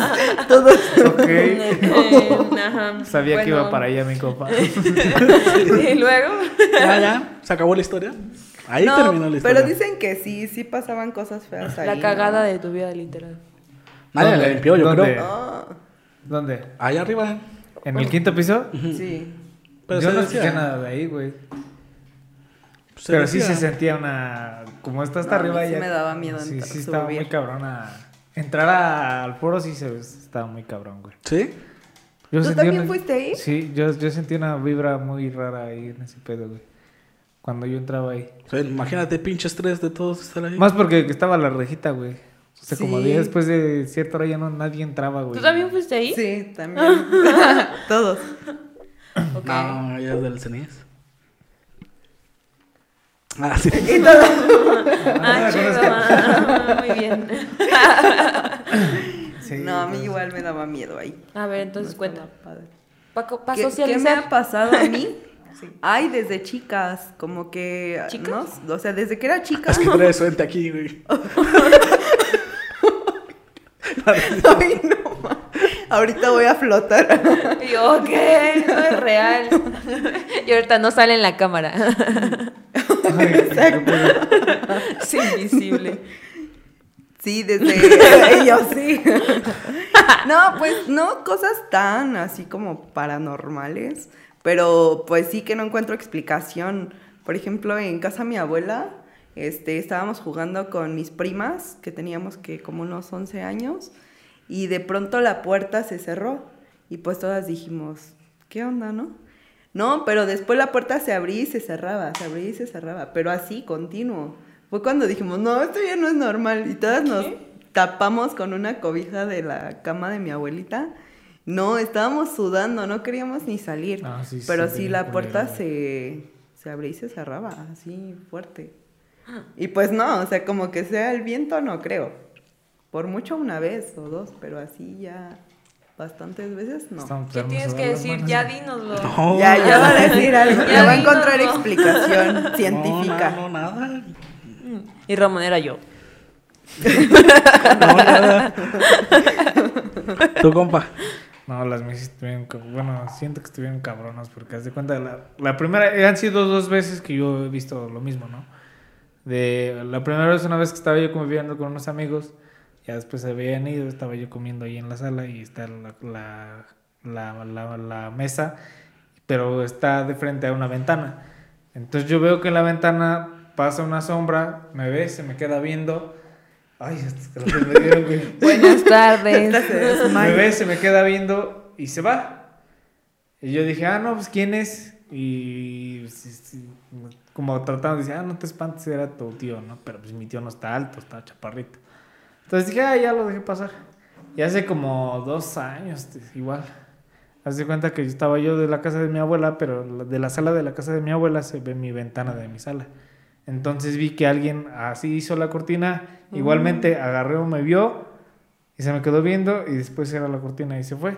todos.
<laughs>
Ok.
<laughs>
Eh, ajá.
Sabía que
Bueno,
iba para allá mi copa.
<laughs> Y luego.
Ya, ya, <laughs> se acabó la historia. Ahí
No,
terminó la historia.
Pero dicen que sí, sí pasaban cosas feas ahí.
La cagada de tu vida, literal.
Nadie Ah, la
¿Dónde?
limpió, yo
¿Dónde?
creo.
Ah,
¿Dónde?
Ahí arriba.
¿En el quinto piso?
sí.
Pero
Yo
se
no
decía-
escuché nada de ahí, güey.
se
Pero sí
decía.
se sentía una... Como está hasta
No, a mí
arriba
sí
ya-
me daba miedo
Sí,
entrar-
sí estaba muy
subir.
cabrona. Entrar a- al foro sí se estaba muy cabrón, güey.
¿Sí?
Yo
¿Tú
sentí
también
una-
fuiste ahí?
Sí, yo, yo sentí una vibra muy rara ahí en ese pedo, güey. Cuando yo entraba ahí.
O sea, imagínate, pinche estrés de todos estar ahí.
Más porque estaba la rejita, güey. O sea, como
Sí.
ya después de cierta hora ya no nadie entraba, güey.
¿Tú también fuiste ahí?
Sí, también.
<laughs>
todos.
Ok.
No, ella es del CENIES. Ah, sí.
<laughs> Y todos.
<laughs>
Ah, chido. ah, Muy bien.
Sí,
no, a mí
entonces-
igual me daba miedo ahí.
A ver, entonces Pues cuenta.
Padre.
Paco,
¿Qué-
para
¿Qué me ha
socializar.
pasado a mí? Ay, desde chicas, como que...
¿Chicas?
no, o sea, desde que era chica.
Es que trae suerte aquí, güey.
<laughs> Ay, no, ma. Ahorita voy a flotar.
<laughs> Y yo, ¿qué? No es real. <laughs> Y ahorita no sale en la <laughs> cámara.
<laughs>
<laughs> Es invisible.
Sí, desde <laughs> yo sí. No, pues no cosas tan así como paranormales, pero pues sí que no encuentro explicación. Por ejemplo, en casa de mi abuela, este, estábamos jugando con mis primas, que teníamos que como unos 11 años, y de pronto la puerta se cerró y pues todas dijimos, ¿qué onda, no? No, pero después la puerta se abría y se cerraba, se abría y se cerraba, pero así, continuo. Fue cuando dijimos, no, esto ya no es normal. Y todas nos tapamos con una cobija de la cama de mi abuelita. No, estábamos sudando, no queríamos ni salir.
Ah, sí, sí,
pero
se
sí,
ve
la puerta
culero,
se, se abría y se cerraba, así fuerte. Y pues no, o sea, como que sea el viento, no creo. Por mucho una vez o dos, pero así ya bastantes veces no.
Estamos-
¿Qué
vamos a
tienes que
dar las
decir?
manos.
Ya dínoslo.
No.
Ya, ya va a decir algo,
Oh. Ya
ya va a
vino,
encontrar
¿no?
explicación científica.
No, no, nada.
Y Ramón era <laughs> yo.
No,
<laughs>
nada. Tu compa.
No, las mías estuvieron, ca- bueno, siento que estuvieron cabronas porque haz de cuenta, la, la primera, eh, han sido dos veces que yo he visto lo mismo, ¿no? De, la primera vez una vez que estaba yo conviviendo con unos amigos, ya después se habían ido, estaba yo comiendo ahí en la sala y está la, la, la, la- la mesa, pero está de frente a una ventana. Entonces yo veo que en la ventana pasa una sombra, me ve, se me queda viendo. Ay, hasta <laughs> que lo que me dieron, güey.
Buenas tardes. <laughs>
Me ve, se me queda viendo y se va. Y yo dije, ah, no, pues quién es. Y sí, sí, como tratando de decir, ah, no te espantes, era tu tío, ¿no? Pero pues mi tío no está alto, está chaparrito. Entonces dije, ah, ya lo dejé pasar. Y hace como dos años, te- igual. Hace cuenta que estaba yo de la casa de mi abuela, pero la- de la sala de la casa de mi abuela se ve mi ventana de mi sala. Entonces vi que alguien así hizo la cortina. Igualmente agarré o me vio y se me quedó viendo y después cerró la cortina y se fue.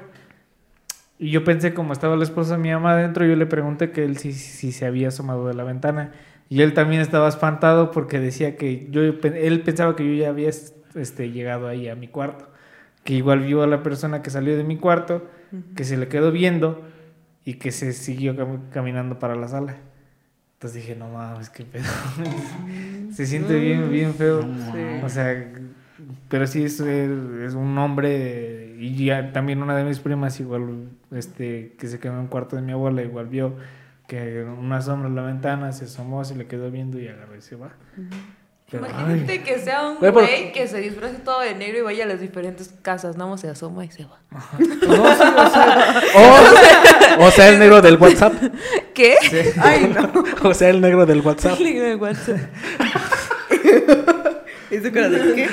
Y yo pensé, como estaba la esposa de mi mamá adentro, yo le pregunté que él si, si se había asomado de la ventana. Y él también estaba espantado porque decía que yo, pe- él pensaba que yo ya había este, llegado ahí a mi cuarto. Que igual vio a la persona que salió de mi cuarto, que se le quedó viendo y que se siguió cam- caminando para la sala. Entonces dije, no mames, qué pedo. <laughs> se siente bien, bien feo. O sea, pero sí es, eh, es un hombre eh, y ya también una de mis primas igual, este, que se quedó en un cuarto de mi abuela, igual vio que una sombra en la ventana se asomó, se le quedó viendo y agarró y se va. Pero,
Imagínate que sea un
Güey, pero-
güey que se disfrace todo de negro y vaya a las diferentes casas, nada más se asoma y se va.
ay, no, sí, o sea,
O, o sea, el negro del WhatsApp.
<laughs> ¿Qué?
Ay,
<laughs>
no.
O sea, el negro del WhatsApp.
de WhatsApp.
¿Eso cara de qué?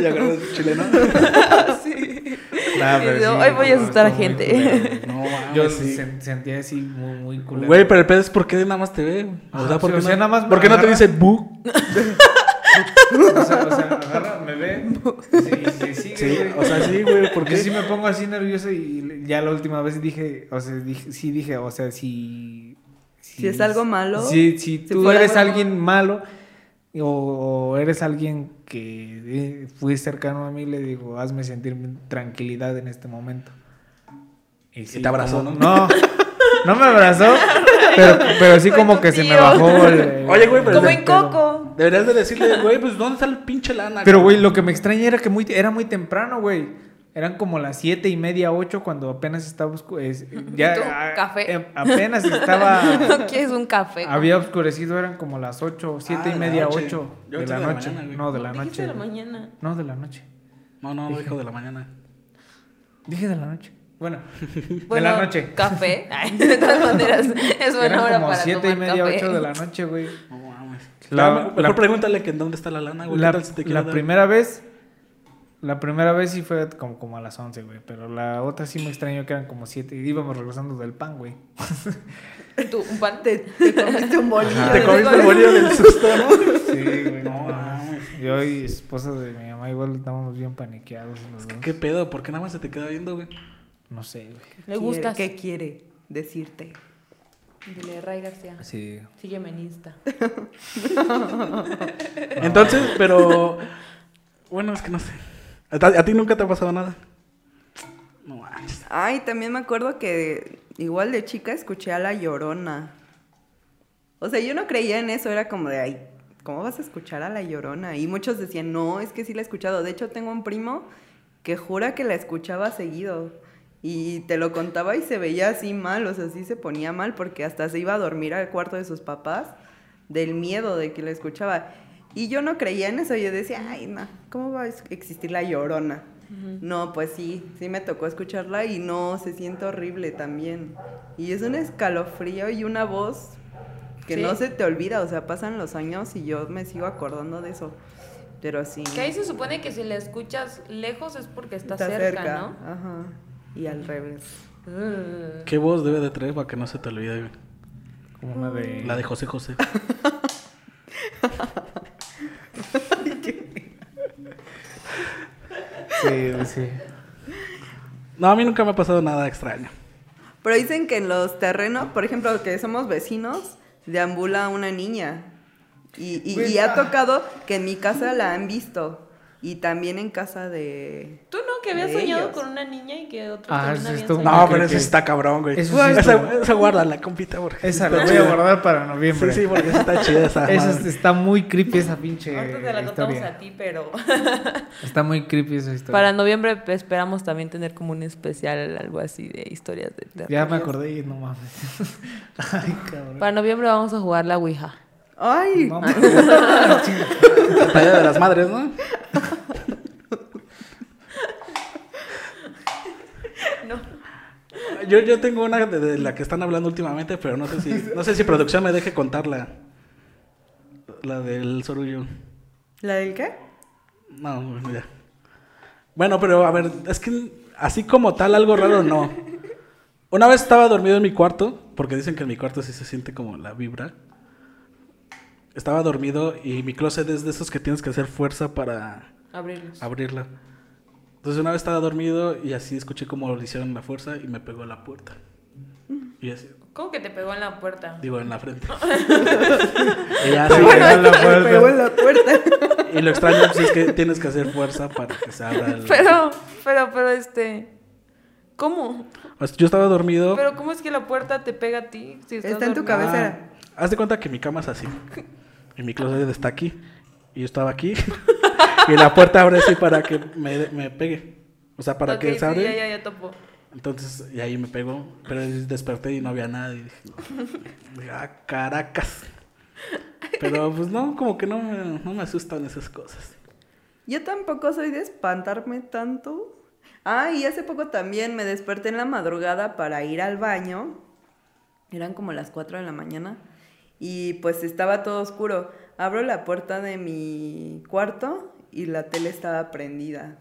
Y agarra el chileno.
<laughs> <laughs> sí.
nah, pero
Y yo,
sí,
"Ay, voy a
no,
asustar a
estuvo muy
gente". <laughs>
culero, güey.
No, mames,
Yo
sí.
sen- sentía así muy, muy culero.
Güey, pero el pedo es por qué nada más te ve. O sea,
Ah,
¿por
sí,
qué
o sea,
no,
nada más me
¿por qué no te
agarra.
dice bu?
O sea, o sea, agarra, me ve
<laughs>
y se- se sigue,
Sí,
güey.
o sea, sí, güey, porque
Porque sí me pongo así nervioso y le- ya la última vez dije, o sea, dije- sí dije, o sea, si...
Si es algo malo,
Si, si
si
tú
fuera
eres
algo-
alguien malo o, o eres alguien que eh, fui cercano a mí, le digo, hazme sentir tranquilidad en este momento. Y sí,
te abrazó,
como-
¿no?
No, no me abrazó, pero, pero sí
Soy
como
tu
que se me
tío.
bajó el...
Oye, güey, pero-
Como
es
en
el pedo.
Coco.
Deberías de decirle, güey, pues ¿dónde está el pinche lana?
Pero, güey, lo que me extraña era que muy, era muy temprano, güey. Eran como las siete y media, ocho, cuando apenas estaba oscu- es- ya,
¿Y tú?
a-
¿Café?
em, apenas estaba...
<laughs> ¿No quieres un café?
había oscurecido, eran como las ocho, siete
Ah, de
y
la
media,
noche.
ocho.
Yo
de
dije
la
de la
noche.
mañana, güey.
no, de la
Dijiste
noche.
de la
güey.
mañana.
No, de la noche.
No, no, hijo de la mañana.
Dije de la noche. Bueno, de
Bueno, <laughs>
la noche.
Café. Ay, de todas maneras, es buena
Eran
hora
como
para
siete y
tomar
media,
café.
ocho de la noche, güey.
No mames.
La-
Ya, me- mejor
la-
pregúntale que en dónde está la lana, Ah, güey. ¿Qué
La,
tal si te quiere
la
dar?
primera vez, la primera vez sí fue como, como a las 11, güey. Pero la otra sí me extrañó que eran como 7. Y íbamos regresando del pan, güey.
<laughs> Tú, un pan.
te, te comiste un bolillo.
Te comiste el bolillo del susto, ¿no?
Sí, güey.
No mames.
Yo y esposa de mi mamá igual estábamos bien paniqueados. los dos.
¿Qué pedo? ¿Por qué nada más se te queda viendo, güey?
No sé, güey.
Le
Quiere-
gustas.
¿Qué quiere decirte?
Dile, Ray García.
Sí.
Sígueme en Insta.
Entonces, pero. Bueno, es que no sé. ¿A, ta- a ti nunca te ha pasado nada? No manches.
Ay, también me acuerdo que igual de chica escuché a La Llorona. O sea, yo no creía en eso, era como de, ay, ¿cómo vas a escuchar a La Llorona? Y muchos decían, no, es que sí la he escuchado. De hecho, tengo un primo que jura que la escuchaba seguido. Y te lo contaba y se veía así mal, o sea, sí se ponía mal porque hasta se iba a dormir al cuarto de sus papás del miedo de que la escuchaba. Y yo no creía en eso, yo decía, ay, no, ¿cómo va a es- existir la llorona? No, pues sí, sí me tocó escucharla y no, se siente horrible también. Y es un escalofrío y una voz que
Sí.
no se te olvida, o sea, pasan los años y yo me sigo acordando de eso. Pero sí.
Que ahí se supone que si la escuchas lejos es porque está,
está
cerca,
Ajá. Y al revés.
¿no? Mm.
¿Qué voz debe de traer para que no se te olvide, güey?
Como una de.
La de José José.
Sí,
<laughs>
güey, sí.
No, a mí nunca me ha pasado nada extraño.
Pero dicen que en los terrenos, por ejemplo, que somos vecinos, deambula una niña. Y, y- y ha tocado que en mi casa la han visto. Y también en casa de...
Tú no, que habías
De
soñado
ellos.
con una niña y que otros
Ah,
también
eso
habían
estuvo-
soñado.
No,
creo
pero
que-
eso está cabrón, güey.
Eso sí
esa,
estuvo-
esa guarda la compita, porque.
Esa
está
la voy a
chida.
guardar para
Sí,
noviembre.
sí, porque esa está chida esa. <laughs>
Esa
madre.
está muy creepy esa pinche.
Ahorita te la contamos
historia.
a ti, pero...
Está muy creepy
<laughs>
esa historia.
Para noviembre pues, esperamos también tener como un especial, algo así de historias de terror.
Ya me acordé y no mames. <laughs> Ay, cabrón.
Para noviembre vamos a jugar la Ouija.
¡Ay!
No <laughs> mames.
Batalla de las madres, ¿no?
No.
Yo, yo tengo una de, de la que están hablando últimamente, pero no sé si, no sé si producción me deje contarla. La del sorullo.
¿La del qué?
No, bueno, ya. Bueno, pero a ver, es que así como tal, algo raro no. Una vez estaba dormido en mi cuarto, porque dicen que en mi cuarto sí se siente como la vibra. Estaba dormido y mi closet es de esos que tienes que hacer fuerza para
Abrirlos.
abrirla. Entonces una vez estaba dormido y así escuché como le hicieron la fuerza y me pegó en la puerta. Y así,
¿Cómo que te pegó en la puerta?
digo, en la frente.
<laughs>
y, ya
Pero
así,
bueno,
<laughs>
la
esto que le
puerta.
pegó en la puerta.
y lo extraño pues, es que tienes que hacer fuerza para que se abra el...
Pero, pero, pero este. ¿Cómo?
O sea, Yo estaba dormido.
Pero ¿cómo es que la puerta te pega a ti? si estás
Está en tu
dormido?
cabecera.
Ah, haz de cuenta que mi
<laughs>
cama es así. Y mi closet está aquí. Y yo estaba aquí. <laughs> y la puerta abre así para que me, me pegue. O sea, para
Ok,
que
sí,
se abre.
ya, ya, ya topo.
Entonces, y ahí me pegó. Pero desperté y no había nada. Y dije, dije, ah, caracas. Pero pues no, como que no me, no me asustan esas cosas.
Yo tampoco soy de espantarme tanto. Ah, y hace poco también me desperté en la madrugada para ir al baño. Eran como las 4 de la mañana. Y pues estaba todo oscuro. Abro la puerta de mi cuarto y la tele estaba prendida.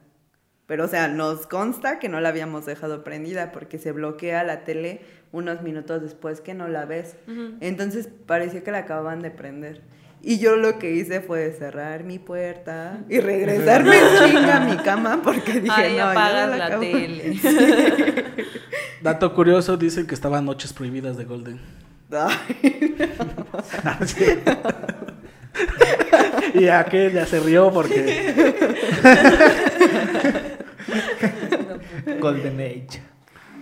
Pero o sea, nos consta que no la habíamos dejado prendida porque se bloquea la tele unos minutos después que no la ves. Entonces parecía que la acababan de prender. Y yo lo que hice fue cerrar mi puerta y regresarme en chinga a mi cama
<laughs>
porque dije,
Ahí
no, yo
apagas
no
la,
acabo".
tele.
Dato curioso, dicen que estaban noches prohibidas de Golden.
Ay,
y aquel ya se rió
<laughs>
porque...
Golden Age.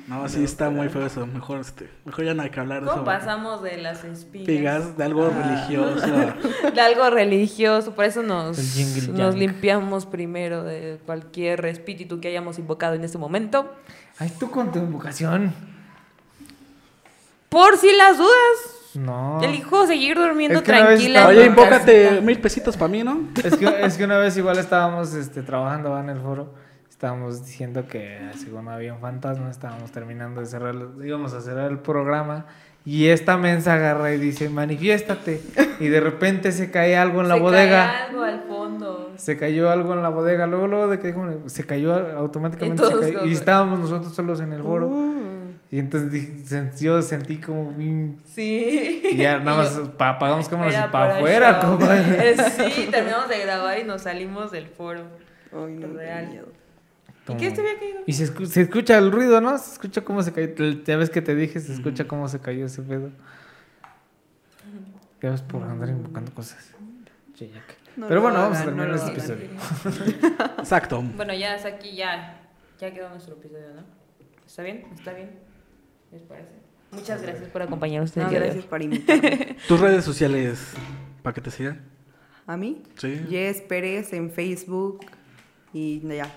No, sí está muy feo eso. Mejor este, mejor ya no hay que hablar de eso.
¿Cómo pasamos de las espigas?
Pigas de algo religioso. a-
<laughs> De algo religioso, por eso nos,
El yin y el
nos
yang.
limpiamos primero de cualquier espíritu que hayamos invocado en este momento.
Ay, tú con tu invocación.
Por si las dudas,
No.
elijo seguir durmiendo
Ah. Es que una vez
tranquila.
estaba-
en mi
Oye, invócate
casita.
mil pesitos para mí, ¿no?
Es que, es que una vez igual estábamos este, trabajando ¿va? en el foro, estábamos diciendo que según había un fantasma, estábamos terminando de cerrar, íbamos a cerrar el programa y esta mensa agarra y dice, manifiéstate. Y de repente se cae algo en la
Se cae
bodega.
algo al fondo.
Se cayó algo en la bodega, luego, luego de que dijo, se cayó automáticamente.
Y
se
todos
cayó,
los-
y estábamos nosotros solos en el foro. Y entonces dije- sen- yo sentí como bien-
Sí.
Y ya
<laughs>
nada más
Y yo,
pa- apagamos cámaras
era
y para
el
afuera,
<laughs> show.
compadre.
Eh, Sí, terminamos de grabar y nos salimos del foro.
no, qué
Real.
miedo.
¿Y qué estuviera caído?
Y se, escu- se escucha el ruido, ¿no? Se escucha cómo se cayó. Te- Ya ves que te dije, se escucha cómo se cayó ese pedo. Ya ves por andar invocando cosas. Che, ya que-
No
Pero
lo
bueno,
hagan,
vamos a terminar
no lo
este
hagan.
episodio.
Exacto.
Bueno, ya hasta aquí ya, ya quedó nuestro episodio, ¿no? ¿Está bien? ¿Está bien? ¿Les parece? Muchas gracias por acompañarnos el
No,
día de hoy.
gracias por invitarme.
Tus redes sociales, para que te sigan.
<laughs> ¿A mí?
Sí.
Yes Pérez en Facebook y <laughs> ya.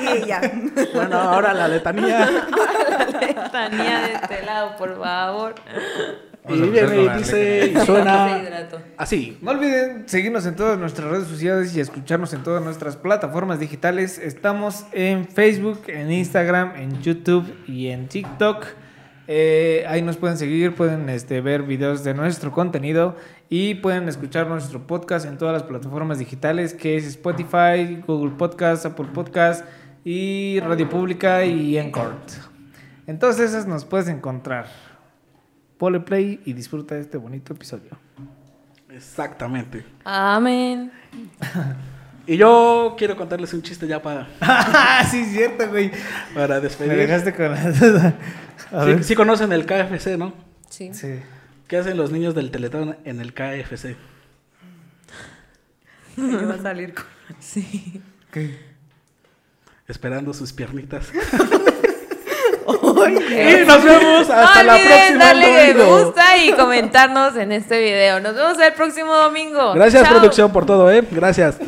y <laughs> ya.
Bueno, ahora
<laughs>
la letanía.
Tania de este lado, por favor.
Y
Vamos a empezar
viene
con la
y dice,
<laughs>
y
Se
suena
hidrató.
así.
No olviden seguirnos en todas nuestras redes sociales y escucharnos en todas nuestras plataformas digitales. Estamos en Facebook, en Instagram, en YouTube y en TikTok. Eh, ahí nos pueden seguir, pueden este, ver videos de nuestro contenido y pueden escuchar nuestro podcast en todas las plataformas digitales que es Spotify, Google Podcast, Apple Podcast y Radio Pública y Encore. Entonces esas nos puedes encontrar. Pole play y disfruta de este bonito episodio.
Exactamente.
Amén.
Y yo quiero contarles un chiste ya para,
<laughs> sí, es cierto, güey.
para
Me
despedir.
dejaste con la duda. A
Sí,
ver.
sí conocen el KFC, ¿no?
Sí.
Sí.
¿Qué hacen los niños del Teletón en el KFC?
Me va a salir con-
Sí.
¿Qué?
Esperando
<laughs>
sus piernitas.
<laughs> Oye.
Y nos vemos
no
hasta la
olviden
próxima.
darle me
domingo.
gusta y comentarnos en este video. Nos vemos el próximo domingo.
Gracias,
Chao.
producción, por todo, ¿eh? Gracias.